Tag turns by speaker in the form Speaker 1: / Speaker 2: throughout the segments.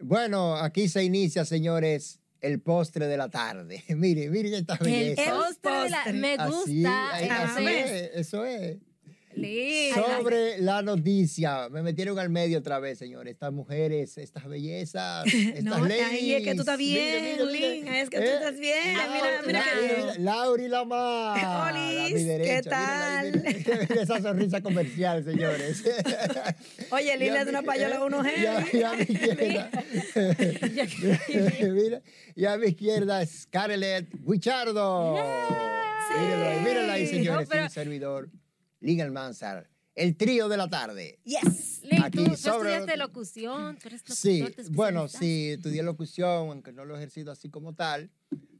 Speaker 1: Bueno, aquí se inicia, señores, el postre de la tarde. miren, miren esta belleza.
Speaker 2: El postre, de la- me
Speaker 1: Así,
Speaker 2: gusta.
Speaker 1: ahí- así
Speaker 2: ¿ves?
Speaker 1: es, eso es.
Speaker 2: Lindo.
Speaker 1: Sobre la noticia, me metieron al medio otra vez, señores. Estas mujeres, estas bellezas, estas
Speaker 3: No,
Speaker 1: ladies.
Speaker 3: ahí es que tú estás bien,
Speaker 1: Mira, mira, mira. Eh,
Speaker 3: Lin, es que tú estás bien, mira, mira que-
Speaker 1: Lauri Lamar. a mi
Speaker 3: Olis,
Speaker 1: derecha,
Speaker 3: ¿qué
Speaker 1: mírala ahí,
Speaker 3: tal?
Speaker 1: mira, mira esa sonrisa comercial, señores.
Speaker 3: Oye,
Speaker 1: Y a
Speaker 3: Lila es
Speaker 1: mi-
Speaker 3: una payola a uno
Speaker 1: y a-
Speaker 3: heavy.
Speaker 1: y a mi izquierda. Mira, y a mi izquierda, Scarlett Guichardo. Mírenla ahí, mírenla ahí, señores,
Speaker 2: No, pero-
Speaker 1: y un servidor, Ligan Mansar. El trío de la tarde.
Speaker 3: Yes.
Speaker 2: Lin,
Speaker 1: Aquí
Speaker 2: tú, tú
Speaker 1: sobre-
Speaker 2: estudiaste locución, tú eres locutor,
Speaker 1: Sí,
Speaker 2: te
Speaker 1: bueno,
Speaker 2: especializas.
Speaker 1: sí, estudié locución, aunque no lo he ejercido así como tal.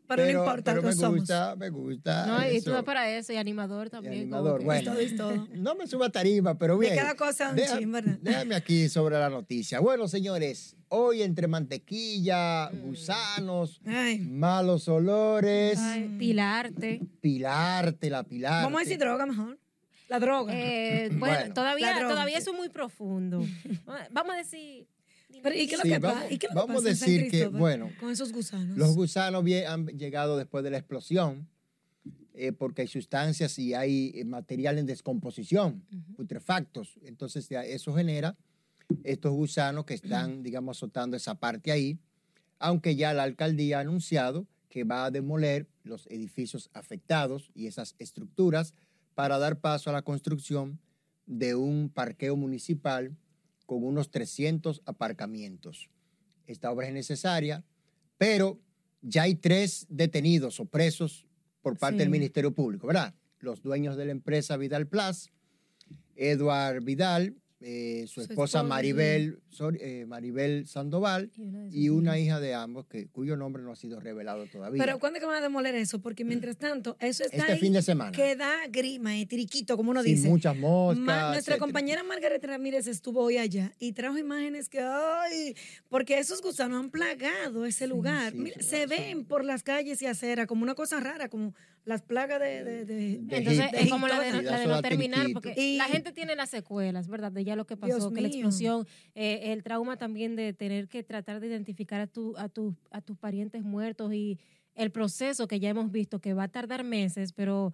Speaker 3: Pero, no importa,
Speaker 1: pero
Speaker 3: que
Speaker 1: me
Speaker 3: somos.
Speaker 1: gusta, me gusta.
Speaker 2: No, y
Speaker 1: ah, eso.
Speaker 2: tú vas para eso, y animador también. como
Speaker 1: animador,
Speaker 2: que-
Speaker 3: Es
Speaker 1: bueno.
Speaker 3: todo, es todo.
Speaker 1: No me suba a tarima, pero
Speaker 3: De
Speaker 1: bien.
Speaker 3: cada cosa un
Speaker 1: Deja-
Speaker 3: chin, ¿verdad?
Speaker 1: Déjame aquí sobre la noticia. Bueno, señores, hoy entre mantequilla,
Speaker 2: Mm.
Speaker 1: gusanos,
Speaker 3: Ay,
Speaker 1: malos olores,
Speaker 2: Ay, pilarte.
Speaker 1: pilarte, la pilarte.
Speaker 3: vamos a decir droga mejor. La droga.
Speaker 2: Eh, bueno,
Speaker 1: Bueno.
Speaker 2: todavía,
Speaker 3: Ladrón.
Speaker 2: todavía eso es muy profundo. Vamos a decir.
Speaker 3: Pero, ¿y qué es lo
Speaker 1: sí,
Speaker 3: que
Speaker 1: vamos-
Speaker 3: pasa? ¿Y qué es lo
Speaker 1: vamos
Speaker 3: que pasa
Speaker 1: a
Speaker 3: en San
Speaker 1: decir que,
Speaker 3: Cristóbal
Speaker 1: bueno,
Speaker 3: Con esos gusanos.
Speaker 1: Los gusanos vie- han llegado después de la explosión eh, porque hay sustancias y hay eh, material en descomposición, putrefactos. Entonces ya eso genera estos gusanos que están, digamos, azotando esa parte ahí, aunque ya la alcaldía ha anunciado que va a demoler los edificios afectados y esas estructuras para dar paso a la construcción de un parqueo municipal con unos 300 aparcamientos. Esta obra es necesaria, pero ya hay tres detenidos o presos por parte del
Speaker 2: Sí.
Speaker 1: Ministerio Público, ¿verdad? Los dueños de la empresa Vidal Plus, Eduard Vidal, eh, su,
Speaker 3: Su
Speaker 1: esposa
Speaker 3: esposa, sí.
Speaker 1: Maribel, Sor- eh, Maribel Sandoval y una hija de ambos que, cuyo nombre no ha sido revelado todavía.
Speaker 3: Pero ¿cuándo es que van a demoler eso? Porque mientras tanto, eso está
Speaker 1: este
Speaker 3: ahí
Speaker 1: fin de semana.
Speaker 3: que da grima y triquito, como uno
Speaker 1: sin
Speaker 3: dice.
Speaker 1: muchas moscas.
Speaker 3: Ma- nuestra
Speaker 1: etcétera.
Speaker 3: compañera Margaret Ramírez estuvo hoy allá y trajo imágenes que, ay, porque esos gusanos han plagado ese lugar.
Speaker 1: sí,
Speaker 3: Mira,
Speaker 1: sí,
Speaker 3: se
Speaker 1: sí.
Speaker 3: ven por las calles y aceras como una cosa rara, como las plagas de... de- de-
Speaker 1: De
Speaker 2: Entonces
Speaker 1: Egipto.
Speaker 2: es como la de,
Speaker 1: Egipto,
Speaker 2: la de
Speaker 1: pedazo
Speaker 2: no
Speaker 1: de
Speaker 2: terminar,
Speaker 1: atriquito.
Speaker 2: porque
Speaker 3: Y-
Speaker 2: la gente tiene las secuelas, ¿verdad? De ya lo que pasó,
Speaker 3: Dios
Speaker 2: que la
Speaker 3: mío.
Speaker 2: explosión, eh, el trauma también de tener que tratar de identificar a, tu, a, tu- a tus parientes muertos y el proceso que ya hemos visto que va a tardar meses, pero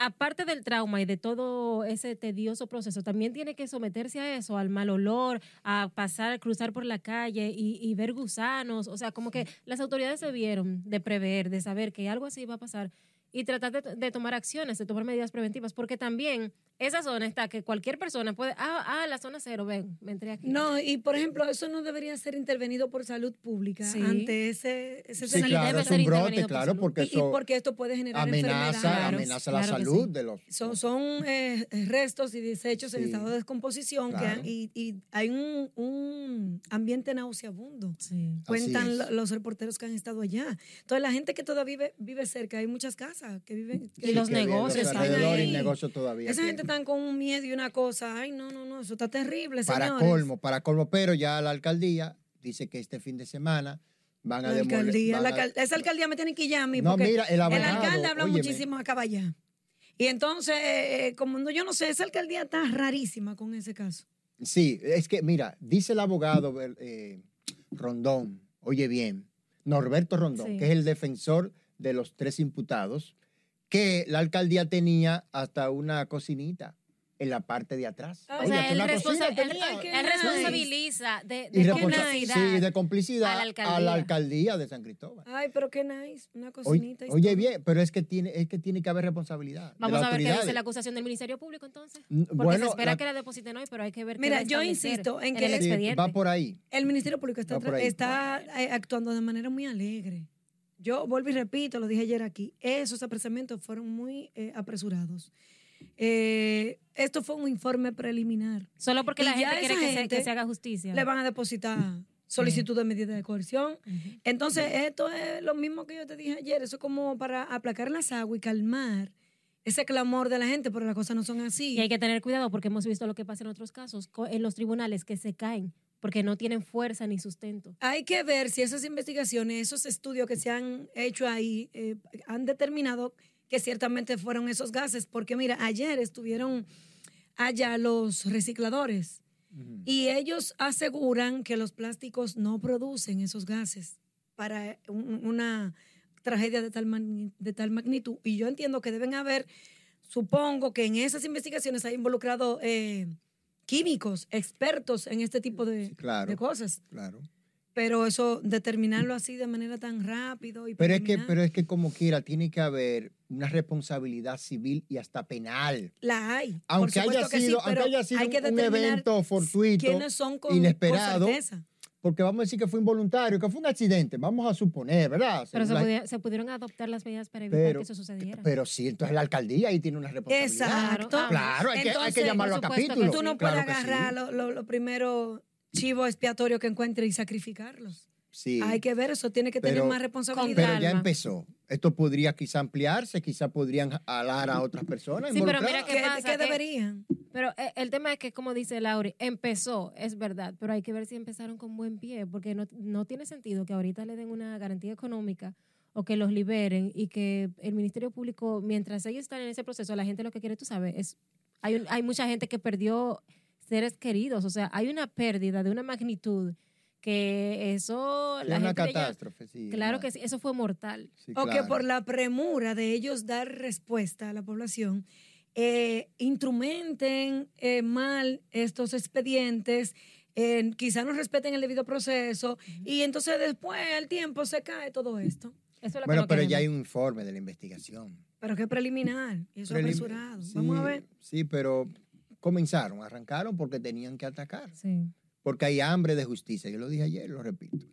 Speaker 2: aparte del trauma y de todo ese tedioso proceso, también tiene que someterse a eso, al mal olor, a pasar, cruzar por la calle y, y ver gusanos. O sea, como que las autoridades se vieron de prever, de saber que algo así va a pasar y tratar de, de tomar acciones, de tomar medidas preventivas, porque también esa zona está que cualquier persona puede, ah, ah la zona cero, ven, me entré aquí.
Speaker 3: No, y por ejemplo, eso no debería ser intervenido por salud pública
Speaker 2: Sí.
Speaker 3: ante ese, ese
Speaker 1: Sí,
Speaker 3: escenario.
Speaker 2: debe
Speaker 1: claro, es
Speaker 2: ser
Speaker 1: un brote,
Speaker 2: intervenido por
Speaker 1: claro,
Speaker 2: salud.
Speaker 1: porque
Speaker 3: Y- y,
Speaker 1: eso
Speaker 3: porque esto puede generar
Speaker 1: amenaza,
Speaker 3: enfermedades.
Speaker 1: amenaza
Speaker 2: Claro,
Speaker 1: la
Speaker 2: claro que
Speaker 1: salud
Speaker 2: sí.
Speaker 1: de los...
Speaker 3: Son, son eh, restos y desechos en
Speaker 1: Sí.
Speaker 3: estado de descomposición que
Speaker 1: Claro.
Speaker 3: ha- y, y hay un, un ambiente nauseabundo.
Speaker 2: Sí.
Speaker 3: Cuentan
Speaker 1: es.
Speaker 3: lo- los reporteros que han estado allá. Entonces, la gente que todavía vive, vive cerca, hay muchas casas que viven. que-
Speaker 2: Y los
Speaker 1: que bien,
Speaker 2: negocios
Speaker 1: Los
Speaker 3: están
Speaker 1: alrededores y
Speaker 3: ahí.
Speaker 1: negocios Mm, todavía.
Speaker 3: esa
Speaker 1: que-
Speaker 3: gente está con un miedo y una cosa. Ay, no, no, no, eso está terrible.
Speaker 1: para
Speaker 3: señores.
Speaker 1: colmo, para colmo, pero ya la alcaldía dice que este fin de semana van
Speaker 3: La
Speaker 1: a demoler...
Speaker 3: alcaldía,
Speaker 1: van
Speaker 3: la
Speaker 1: a-
Speaker 3: alcal- esa alcaldía me tiene que ir ya a mí.
Speaker 1: No,
Speaker 3: porque
Speaker 1: mira, el
Speaker 3: el
Speaker 1: abogado,
Speaker 3: alcalde habla
Speaker 1: óyeme,
Speaker 3: muchísimo acá va allá. Y entonces, eh, como no, yo no sé, esa alcaldía está rarísima con ese caso.
Speaker 1: Sí, es que mira, dice el abogado ver- eh, Rondón, oye bien, Norberto Rondón,
Speaker 2: Sí.
Speaker 1: que es el defensor de los tres imputados, que la alcaldía tenía hasta una cocinita en la parte de atrás.
Speaker 3: Ah,
Speaker 2: O
Speaker 1: Oye,
Speaker 2: sea,
Speaker 1: hasta
Speaker 2: él,
Speaker 1: una
Speaker 3: el
Speaker 1: cocina
Speaker 2: responsa- él-
Speaker 1: tenía.
Speaker 3: qué
Speaker 2: él
Speaker 3: nice.
Speaker 2: responsabiliza de,
Speaker 1: Y
Speaker 2: de qué
Speaker 1: responsa-
Speaker 2: navidad.
Speaker 1: sí, de complicidad
Speaker 2: A la alcaldía.
Speaker 1: a la alcaldía de San Cristóbal.
Speaker 3: Ay, pero qué nice, una
Speaker 1: Oye,
Speaker 3: cocinita. y
Speaker 1: oye
Speaker 3: todo.
Speaker 1: bien, pero es que tiene, es que tiene que haber responsabilidad. de
Speaker 2: Vamos
Speaker 1: las
Speaker 2: a ver qué dice
Speaker 1: autoridades.
Speaker 2: la acusación del Ministerio Público entonces.
Speaker 1: N-
Speaker 2: Porque se espera
Speaker 1: la-
Speaker 2: que la depositen hoy, pero hay que ver. qué
Speaker 3: Mira,
Speaker 2: va a
Speaker 3: yo
Speaker 2: establecer
Speaker 3: insisto en que
Speaker 2: el
Speaker 3: la-
Speaker 1: sí,
Speaker 2: expediente.
Speaker 1: va por ahí.
Speaker 3: El Ministerio Público está,
Speaker 1: Va por
Speaker 3: tra-
Speaker 1: ahí.
Speaker 3: está eh, actuando de manera muy alegre. Yo vuelvo y repito, lo dije ayer aquí, esos apresamientos fueron muy eh, apresurados. Eh, esto fue un informe preliminar.
Speaker 2: Solo porque
Speaker 3: Y
Speaker 2: la
Speaker 3: ya
Speaker 2: gente quiere
Speaker 3: esa
Speaker 2: que, se, que
Speaker 3: gente
Speaker 2: se haga justicia.
Speaker 3: Le van a depositar solicitud de medida de coerción.
Speaker 2: Ujú.
Speaker 3: Entonces, esto es lo mismo que yo te dije ayer. Eso es como para aplacar las aguas y calmar ese clamor de la gente, pero las cosas no son así.
Speaker 2: Y hay que tener cuidado porque hemos visto lo que pasa en otros casos, co- en los tribunales que se caen porque no tienen fuerza ni sustento.
Speaker 3: Hay que ver si esas investigaciones, esos estudios que se han hecho ahí, eh, han determinado que ciertamente fueron esos gases, porque mira, ayer estuvieron allá los recicladores
Speaker 1: Ujú.
Speaker 3: Y ellos aseguran que los plásticos no producen esos gases para un- una tragedia de tal, magni- de tal magnitud. Y yo entiendo que deben haber, supongo que en esas investigaciones hay involucrado eh, químicos, expertos en este tipo de,
Speaker 1: Sí, claro.
Speaker 3: de cosas.
Speaker 1: Claro.
Speaker 3: Pero eso, determinarlo así de manera tan rápido y
Speaker 1: Mm. Pero es, que,
Speaker 3: preliminar,
Speaker 1: pero es que como quiera, tiene que haber una responsabilidad civil y hasta penal.
Speaker 3: la hay. por
Speaker 1: Aunque haya
Speaker 3: supuesto que sí,
Speaker 1: sido, aunque
Speaker 3: pero
Speaker 1: haya sido
Speaker 3: hay que
Speaker 1: un- un
Speaker 3: determinar
Speaker 1: evento fortuito,
Speaker 3: quiénes son con, con
Speaker 1: inesperado,
Speaker 3: certeza.
Speaker 1: porque vamos a decir que fue involuntario, que fue un accidente, vamos a suponer, ¿verdad?
Speaker 2: Pero se,
Speaker 1: Según la-
Speaker 2: pudi- se pudieron adoptar las medidas para evitar
Speaker 1: Pero-
Speaker 2: que eso sucediera.
Speaker 1: pero sí, entonces la alcaldía ahí tiene una responsabilidad.
Speaker 3: Exacto.
Speaker 2: Claro,
Speaker 1: Claro, hay, que, hay que
Speaker 3: Entonces,
Speaker 1: llamarlo a
Speaker 2: por supuesto que
Speaker 1: capítulo.
Speaker 3: Tú no
Speaker 1: claro
Speaker 3: puedes
Speaker 1: que sí.
Speaker 3: agarrar lo, lo- lo primero chivo expiatorio que encuentre y sacrificarlos.
Speaker 1: Sí.
Speaker 3: Hay que ver eso, tiene que tener
Speaker 1: Pero-
Speaker 3: más
Speaker 1: Pero
Speaker 3: responsabilidad.
Speaker 2: Con
Speaker 1: ya
Speaker 2: calma.
Speaker 1: empezó. Esto podría quizá ampliarse, quizá podrían alar a otras personas.
Speaker 2: Sí, pero mira
Speaker 1: involucradas.
Speaker 2: ¿Qué
Speaker 3: ¿Qué,
Speaker 2: pasa?
Speaker 3: qué
Speaker 2: ¿Qué-
Speaker 3: deberían?
Speaker 2: Pero eh, el tema es que, como dice Lauri, empezó, es verdad, pero hay que ver si empezaron con buen pie, porque no, no tiene sentido que ahorita le den una garantía económica o que los liberen y que el Ministerio Público, mientras ellos están en ese proceso, la gente lo que quiere, tú sabes, es hay, un- hay mucha gente que perdió seres queridos, o sea, hay una pérdida de una magnitud que eso...
Speaker 1: Fue
Speaker 2: la
Speaker 1: una
Speaker 2: gente le llega-
Speaker 1: catástrofe, sí.
Speaker 2: claro
Speaker 1: una-
Speaker 2: que sí, eso fue mortal.
Speaker 1: sí,
Speaker 3: O que
Speaker 1: claro.
Speaker 3: por la premura de ellos dar respuesta a la población, eh, instrumenten eh, mal estos expedientes, eh, quizá no respeten el debido proceso, y entonces después al tiempo se cae todo esto.
Speaker 2: Eso es lo
Speaker 1: Bueno,
Speaker 2: que no
Speaker 1: pero
Speaker 2: queremos.
Speaker 1: ya hay un informe de la investigación.
Speaker 3: Pero que preliminar, y eso
Speaker 1: Prelim-
Speaker 3: apresurado. Vamos a
Speaker 1: sí,
Speaker 3: ver.
Speaker 1: Sí, pero comenzaron, arrancaron porque tenían que atacar.
Speaker 2: Sí.
Speaker 1: Porque hay hambre de justicia. Yo lo dije ayer, lo repito.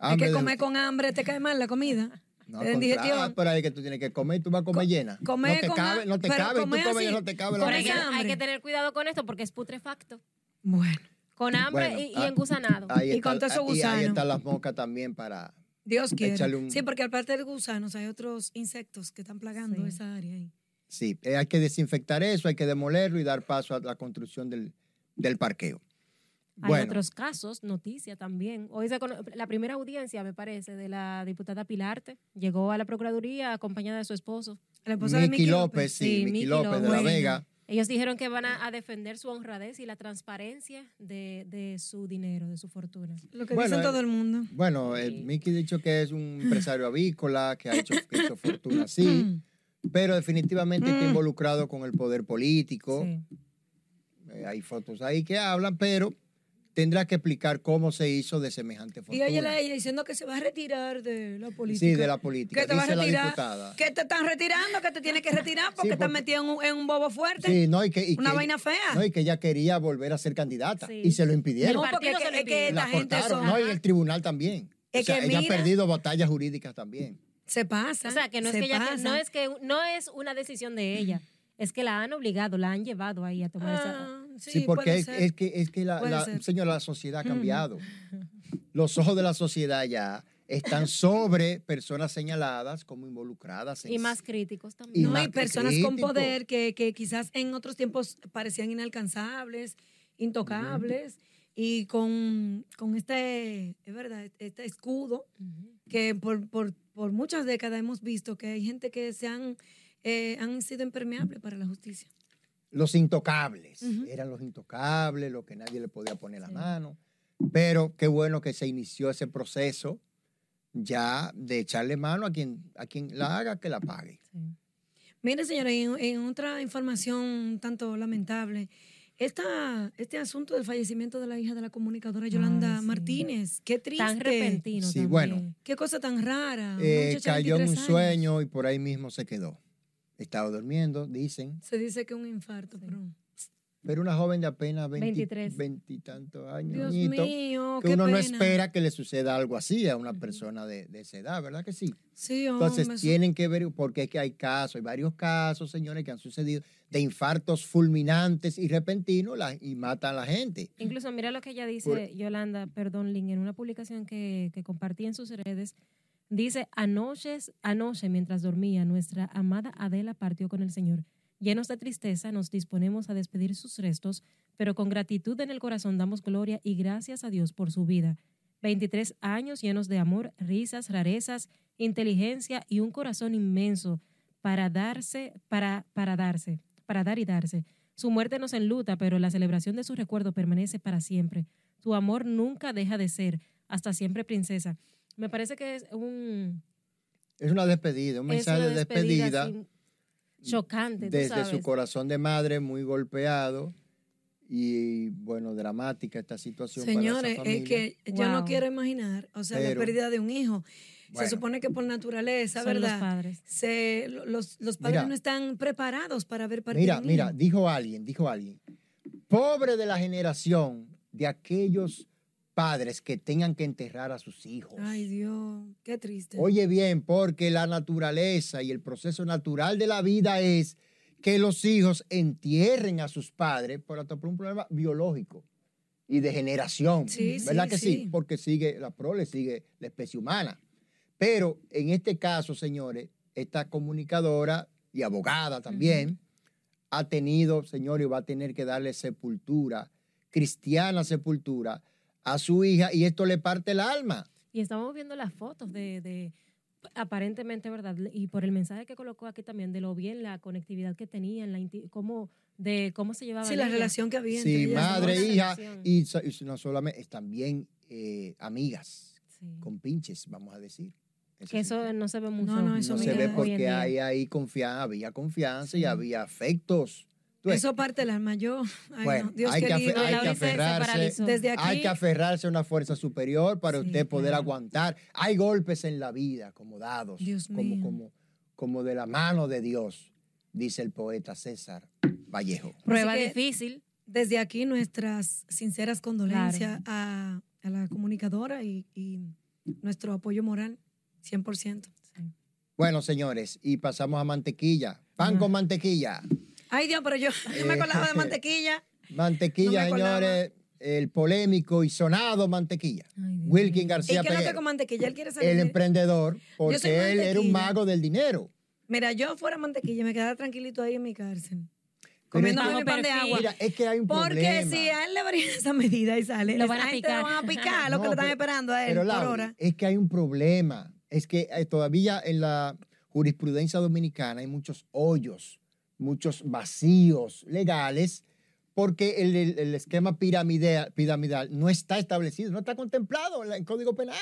Speaker 3: Es que
Speaker 1: de
Speaker 3: comer eh,
Speaker 1: justicia.
Speaker 3: con hambre te cae mal la comida.
Speaker 1: No,
Speaker 3: en
Speaker 1: al contrario,
Speaker 3: digestión.
Speaker 1: pero hay que tú tienes que comer, tú vas a comer llena.
Speaker 3: comer
Speaker 1: no te
Speaker 3: con
Speaker 1: cabe,
Speaker 3: ha-
Speaker 1: no te
Speaker 3: pero
Speaker 1: cabe, tú
Speaker 3: comer
Speaker 1: comes
Speaker 3: así,
Speaker 1: no te cabe. la
Speaker 3: con
Speaker 2: Pero hay,
Speaker 1: comida.
Speaker 2: que,
Speaker 3: esa
Speaker 2: hay
Speaker 3: hambre.
Speaker 2: que tener cuidado con esto porque es putrefacto.
Speaker 3: Bueno,
Speaker 2: Con hambre
Speaker 1: Bueno,
Speaker 2: y, y
Speaker 1: ah,
Speaker 2: engusanado.
Speaker 1: Ahí
Speaker 3: Y con todo
Speaker 1: y
Speaker 3: eso
Speaker 1: ahí
Speaker 3: gusano.
Speaker 1: están las moscas también para...
Speaker 3: Dios quiere.
Speaker 1: Échale un-
Speaker 3: Sí, porque aparte de gusanos hay otros insectos que están plagando
Speaker 2: Sí.
Speaker 3: esa área ahí.
Speaker 1: Sí, eh, hay que desinfectar eso, hay que demolerlo y dar paso a la construcción del, del parqueo.
Speaker 2: Hay
Speaker 1: bueno,
Speaker 2: otros casos, noticia también. Hoy se cono- la primera audiencia, me parece, de la diputada Pilarte llegó a la Procuraduría acompañada de su esposo.
Speaker 3: La esposa de
Speaker 1: Miki
Speaker 3: Miki
Speaker 1: López, sí,
Speaker 2: Sí,
Speaker 1: Miki
Speaker 2: Miki
Speaker 1: López de La
Speaker 3: López.
Speaker 1: Vega.
Speaker 2: Ellos dijeron que van a, a defender su honradez y la transparencia de, de su dinero, de su fortuna.
Speaker 3: Lo que
Speaker 1: Bueno,
Speaker 3: dicen
Speaker 1: eh,
Speaker 3: todo el mundo.
Speaker 1: Bueno, eh,
Speaker 2: Sí.
Speaker 1: Miki ha dicho que es un empresario avícola, que ha hecho, que hizo fortuna, sí, pero definitivamente está
Speaker 3: Mm.
Speaker 1: involucrado con el poder político.
Speaker 2: Sí.
Speaker 1: Eh, hay fotos ahí que hablan, pero tendrá que explicar cómo se hizo de semejante
Speaker 3: Y
Speaker 1: fortuna.
Speaker 3: óyela a ella diciendo que se va a retirar de la política.
Speaker 1: sí, de la política,
Speaker 3: Que te vas
Speaker 1: dice
Speaker 3: a
Speaker 1: la
Speaker 3: retirar.
Speaker 1: diputada.
Speaker 3: Que te están retirando, que te tienes que retirar porque
Speaker 1: porque-
Speaker 3: estás metido en un, en un bobo fuerte.
Speaker 1: Sí, no, y que, y
Speaker 3: Una
Speaker 1: que-
Speaker 3: vaina fea.
Speaker 1: No, y que ella quería volver a ser candidata
Speaker 2: Sí.
Speaker 1: y se lo
Speaker 3: No,
Speaker 1: impidieron.
Speaker 2: El partido
Speaker 3: porque es
Speaker 2: se
Speaker 3: que,
Speaker 2: lo
Speaker 3: es
Speaker 2: impide.
Speaker 3: que esta
Speaker 1: la
Speaker 3: gente
Speaker 1: cortaron,
Speaker 3: son-
Speaker 1: ¿no? Y el tribunal también.
Speaker 3: Es
Speaker 1: O sea,
Speaker 3: que
Speaker 1: ella
Speaker 3: mira-
Speaker 1: ha perdido batallas jurídicas también.
Speaker 3: se pasa.
Speaker 2: O sea, que no es
Speaker 3: se
Speaker 2: que, ella-
Speaker 3: pasa.
Speaker 2: no es que no es una decisión de ella, es que la han obligado, la han llevado ahí a tomar esa...
Speaker 3: Ah, sí,
Speaker 1: Sí, porque
Speaker 3: puede
Speaker 1: es,
Speaker 3: ser.
Speaker 1: es que, es que la,
Speaker 3: Puede
Speaker 1: la-
Speaker 3: ser.
Speaker 1: señora, la sociedad ha cambiado. Los ojos de la sociedad ya están sobre personas señaladas como involucradas. en-
Speaker 2: Y más críticos también.
Speaker 1: Y
Speaker 3: No,
Speaker 1: más
Speaker 3: hay personas con
Speaker 1: crítico.
Speaker 3: poder que, que quizás en otros tiempos parecían inalcanzables, intocables, y con, con este, es verdad, este escudo
Speaker 2: Ujú.
Speaker 3: que por, por, por muchas décadas hemos visto que hay gente que se han, eh, han sido impermeables para la justicia.
Speaker 1: Los intocables.
Speaker 3: Ujú.
Speaker 1: Eran los intocables, los que nadie le podía poner la
Speaker 2: Sí.
Speaker 1: mano. Pero qué bueno que se inició ese proceso ya de echarle mano a quien, a quien la haga que la pague.
Speaker 2: Sí.
Speaker 3: Mire, señora, en, en otra información un tanto lamentable, esta, este asunto del fallecimiento de la hija de la comunicadora Yolanda
Speaker 2: sí.
Speaker 3: Martínez, qué triste.
Speaker 2: Tan repentino
Speaker 1: Sí,
Speaker 2: también.
Speaker 1: bueno.
Speaker 3: Qué cosa tan rara. una
Speaker 1: Eh,
Speaker 3: Ah, muchacha de
Speaker 1: cayó en un
Speaker 3: 23 años.
Speaker 1: sueño y por ahí mismo se quedó. Estaba durmiendo, dicen.
Speaker 3: Se dice que un infarto,
Speaker 2: Sí.
Speaker 3: pero.
Speaker 1: Pero una joven de apenas 23.
Speaker 2: 23.
Speaker 1: veintitantos años,
Speaker 3: Dios
Speaker 1: añito,
Speaker 3: mío,
Speaker 1: que
Speaker 3: qué
Speaker 1: uno no
Speaker 3: pena.
Speaker 1: espera que le suceda algo así a una persona de, de esa edad, ¿verdad que sí?
Speaker 3: Sí, hombre,
Speaker 1: Entonces
Speaker 3: eso-
Speaker 1: tienen que ver, porque es que hay casos, hay varios casos, señores, que han sucedido de infartos fulminantes y repentinos la- y matan a la gente.
Speaker 2: Incluso mira lo que ella dice,
Speaker 1: Por-
Speaker 2: Yolanda, perdón, Lin, en una publicación que, que compartí en sus redes, dice, anoche, anoche mientras dormía, nuestra amada Adela partió con el Señor. Llenos de tristeza, nos disponemos a despedir sus restos, pero con gratitud en el corazón damos gloria y gracias a Dios por su vida. 23 años llenos de amor, risas, rarezas, inteligencia y un corazón inmenso para darse, para, para darse, para dar y darse. Su muerte nos enluta, pero la celebración de su recuerdo permanece para siempre. Tu amor nunca deja de ser, hasta siempre princesa. Me parece que es un...
Speaker 1: Es una despedida, un
Speaker 2: es una
Speaker 1: mensaje de despedida.
Speaker 2: así chocante, tú
Speaker 1: desde su
Speaker 2: sabes.
Speaker 1: corazón de madre, muy golpeado y bueno, dramática esta situación. para
Speaker 3: Señores,
Speaker 1: esa
Speaker 3: es
Speaker 1: familia.
Speaker 3: que yo no
Speaker 2: Wow.
Speaker 3: quiero imaginar, o sea,
Speaker 1: Pero-
Speaker 3: la pérdida de un hijo.
Speaker 1: Bueno.
Speaker 3: Se supone que por naturaleza,
Speaker 2: Son
Speaker 3: ¿verdad?
Speaker 2: los padres.
Speaker 3: Se, lo- los, los padres
Speaker 1: Mira.
Speaker 3: no están preparados para ver partido.
Speaker 1: Mira, mira, dijo alguien, dijo alguien, pobre de la generación de aquellos padres que tengan que enterrar a sus hijos.
Speaker 3: Ay, Dios, qué triste.
Speaker 1: Oye bien, porque la naturaleza y el proceso natural de la vida es que los hijos entierren a sus padres por, hasta por un problema biológico y de generación.
Speaker 3: Sí, sí,
Speaker 1: ¿Verdad que sí?
Speaker 3: sí.
Speaker 1: Porque sigue la prole, sigue la especie humana. Pero en este caso, señores, esta comunicadora y abogada también ha tenido, señores, y va a tener que darle sepultura, cristiana sepultura, a su hija y esto le parte el alma.
Speaker 2: Y estamos viendo las fotos de, de- aparentemente, ¿verdad? Y por el mensaje que colocó aquí también, de lo bien, la conectividad que tenían, la inti- cómo, de cómo se llevaban.
Speaker 3: sí, la
Speaker 2: ellas.
Speaker 3: relación que había entre
Speaker 1: Sí,
Speaker 3: ellas
Speaker 1: madre,
Speaker 3: dos.
Speaker 2: buena
Speaker 1: hija,
Speaker 2: relación.
Speaker 1: y, so- y no solamente, es también eh, amigas,
Speaker 2: Sí.
Speaker 1: con pinches, vamos a decir. Eso
Speaker 2: Que
Speaker 1: sí.
Speaker 2: eso no se ve mucho.
Speaker 3: no,
Speaker 1: no
Speaker 3: eso
Speaker 1: se
Speaker 3: mira,
Speaker 1: ve
Speaker 3: hoy en
Speaker 1: porque
Speaker 2: día.
Speaker 1: hay ahí confianza, había confianza y
Speaker 2: Sí.
Speaker 1: había afectos. Tú ves,
Speaker 3: Eso parte del alma. Yo, ay,
Speaker 1: Bueno,
Speaker 3: no, Dios
Speaker 1: hay que
Speaker 3: querido,
Speaker 1: afe- hay
Speaker 3: la
Speaker 1: que
Speaker 3: ahorita-
Speaker 1: aferrarse.
Speaker 3: Desde aquí,
Speaker 1: hay que aferrarse a una fuerza superior para
Speaker 2: Sí,
Speaker 1: usted poder
Speaker 2: claro.
Speaker 1: aguantar. Hay golpes en la vida como dados,
Speaker 3: Dios
Speaker 1: como,
Speaker 3: mío.
Speaker 1: Como, como de la mano de Dios, dice el poeta César Vallejo.
Speaker 2: Prueba
Speaker 3: Así que-
Speaker 2: difícil.
Speaker 3: desde aquí nuestras sinceras condolencias a, a la comunicadora y, y nuestro apoyo moral, 100%.
Speaker 1: Bueno, señores, y pasamos a mantequilla. Pan
Speaker 2: Ah.
Speaker 1: con mantequilla.
Speaker 3: Ay, Dios, pero yo, yo me
Speaker 1: Eh.
Speaker 3: colaba de mantequilla.
Speaker 1: Mantequilla,
Speaker 3: No me acordaba.
Speaker 1: señores, el polémico y sonado mantequilla.
Speaker 2: Ay, Dios
Speaker 1: Wilkin
Speaker 2: mío.
Speaker 3: ¿Y
Speaker 1: García
Speaker 3: qué es lo que
Speaker 1: Peguero,
Speaker 3: con mantequilla? Él quiere salir.
Speaker 1: el
Speaker 3: de-
Speaker 1: emprendedor, porque él
Speaker 3: mantequilla.
Speaker 1: era un mago del dinero.
Speaker 3: Mira, yo fuera mantequilla, me quedaba tranquilito ahí en mi cárcel.
Speaker 1: Pero es
Speaker 3: Comiendo
Speaker 1: que-
Speaker 3: mi pan de
Speaker 2: Bajo
Speaker 3: agua.
Speaker 1: Mira, es que hay un
Speaker 3: Porque
Speaker 1: problema.
Speaker 3: si a él le varían esa medida y sale,
Speaker 2: Lo
Speaker 3: esa
Speaker 2: van a
Speaker 3: gente lo
Speaker 2: picar.
Speaker 3: van a picar, lo
Speaker 1: No,
Speaker 3: que lo están
Speaker 1: pero-
Speaker 3: esperando a él
Speaker 1: Pero
Speaker 3: por
Speaker 1: Laura,
Speaker 3: hora.
Speaker 1: es que hay un problema. Es que eh, todavía en la jurisprudencia dominicana hay muchos hoyos, muchos vacíos legales, porque el, el- el esquema piramidea- piramidal no está establecido, no está contemplado en la- en el Código Penal.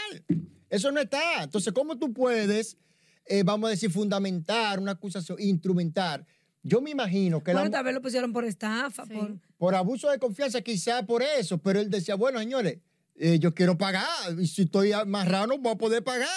Speaker 1: Eso no está. Entonces, ¿cómo tú puedes, eh, vamos a decir, fundamentar una acusación, instrumentar? Yo me imagino que la
Speaker 3: Bueno,
Speaker 1: mu-
Speaker 3: tal vez lo pusieron por estafa,
Speaker 2: Sí.
Speaker 3: por...
Speaker 1: por abuso de confianza, quizá por eso, pero él decía, bueno, señores, eh, yo quiero pagar, y si estoy amarrado no voy a poder pagar.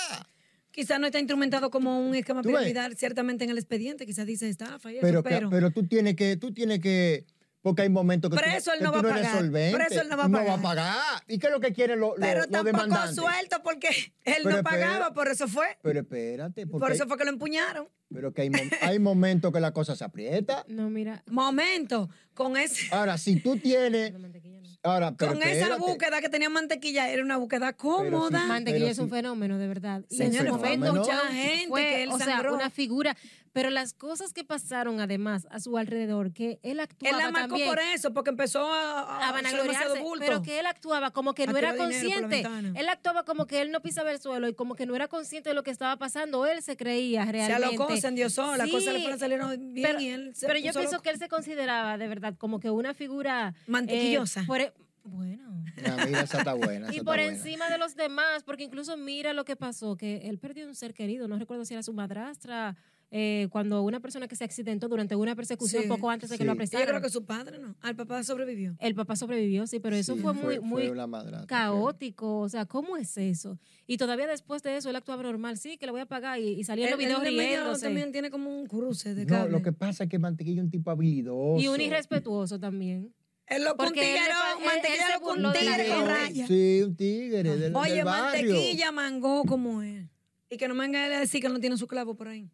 Speaker 3: Quizás no está instrumentado como un esquema
Speaker 1: Tú ves.
Speaker 3: piramidal, ciertamente en el expediente, quizás dice estafa y eso,
Speaker 1: Pero,
Speaker 3: pero,
Speaker 1: que- pero, tú tienes que, tú tienes que, porque hay momentos que
Speaker 3: Preso
Speaker 1: tú,
Speaker 3: él
Speaker 1: que
Speaker 3: no
Speaker 1: tú
Speaker 3: va a
Speaker 1: eres
Speaker 3: pagar,
Speaker 1: solvente,
Speaker 3: preso él no va a pagar.
Speaker 1: pagar. ¿Y qué es lo que quieren los lo,
Speaker 3: pero
Speaker 1: los
Speaker 3: tampoco
Speaker 1: demandantes?
Speaker 3: suelto porque él
Speaker 1: Pero
Speaker 3: no pagaba,
Speaker 1: espera.
Speaker 3: por eso fue.
Speaker 1: Pero espérate, porque
Speaker 3: Por eso
Speaker 1: hay-
Speaker 3: fue que lo empuñaron.
Speaker 1: pero que hay, mom- hay momentos que la cosa se aprieta.
Speaker 2: No, mira.
Speaker 3: Momento, con ese...
Speaker 1: Ahora, si tú tienes,
Speaker 2: la mantequilla no.
Speaker 1: ahora, pero
Speaker 3: con esa
Speaker 1: espérate.
Speaker 3: búsqueda que tenía mantequilla, era una búsqueda cómoda.
Speaker 2: Mantequilla
Speaker 1: Pero
Speaker 2: es un
Speaker 1: sí.
Speaker 2: fenómeno, de verdad. Y en su
Speaker 1: Señores,
Speaker 2: momento,
Speaker 1: fenómeno.
Speaker 2: mucha
Speaker 3: Mucha gente
Speaker 2: fue,
Speaker 3: que él
Speaker 2: o sea,
Speaker 3: sangró.
Speaker 2: una figura. Pero las cosas que pasaron, además, a su alrededor, que él
Speaker 3: Él
Speaker 2: actuaba
Speaker 3: la marcó
Speaker 2: también.
Speaker 3: por eso, porque empezó a, a,
Speaker 2: a
Speaker 3: hacer demasiado
Speaker 2: vanagloriarse,
Speaker 3: bulto.
Speaker 2: pero que él actuaba como que
Speaker 3: A
Speaker 2: no era
Speaker 3: tirar dinero por la
Speaker 2: consciente.
Speaker 3: ventana.
Speaker 2: Él actuaba como que él no pisaba el suelo y como que no era consciente de lo que estaba pasando. Él se creía
Speaker 3: se
Speaker 2: realmente.
Speaker 3: alocó, se endiosó, las
Speaker 2: Sí,
Speaker 3: cosas le fueron salieron bien
Speaker 2: pero,
Speaker 3: y él se
Speaker 2: pero yo
Speaker 3: puso
Speaker 2: pienso
Speaker 3: loco.
Speaker 2: que él se consideraba de verdad como que una figura eh,
Speaker 3: Mantequillosa.
Speaker 2: por e- bueno.
Speaker 1: Ah, mira, esa está buena. esa
Speaker 2: Y
Speaker 1: está
Speaker 2: por
Speaker 1: buena.
Speaker 2: encima de los demás, porque incluso mira lo que pasó, que él perdió un ser querido, no recuerdo si era su madrastra, eh, cuando una persona que se accidentó durante una persecución
Speaker 3: Sí.
Speaker 2: poco antes de que
Speaker 1: Sí.
Speaker 2: lo
Speaker 1: Yo creo
Speaker 3: Yo creo
Speaker 2: apresaran.
Speaker 3: que su padre no, al papá sobrevivió.
Speaker 2: El papá sobrevivió, sí, pero eso
Speaker 1: Sí,
Speaker 2: fue muy, muy
Speaker 1: una madrastra, fue-
Speaker 2: caótico, o sea, ¿cómo es eso? Y todavía después de eso él actuaba normal, sí, que le voy a pagar y, y salía en los
Speaker 3: Él- él
Speaker 2: videos
Speaker 3: de medio
Speaker 2: riéndose.
Speaker 3: también tiene como un cruce de
Speaker 1: No,
Speaker 3: cable.
Speaker 1: lo que pasa es que Mantequilla es un tipo habilidoso.
Speaker 2: Y un irrespetuoso también.
Speaker 3: Él lo
Speaker 2: porque él le
Speaker 3: cuntilleró,
Speaker 2: pa- él- él se
Speaker 3: mantequilla lo
Speaker 2: burló de la
Speaker 3: cuntilleró con
Speaker 2: gente.
Speaker 3: raya.
Speaker 1: Sí, un tigre del,
Speaker 3: Oye,
Speaker 1: del barrio.
Speaker 3: mantequilla mangó como él. Y que no me venga él a decir que él no tiene su clavo por ahí.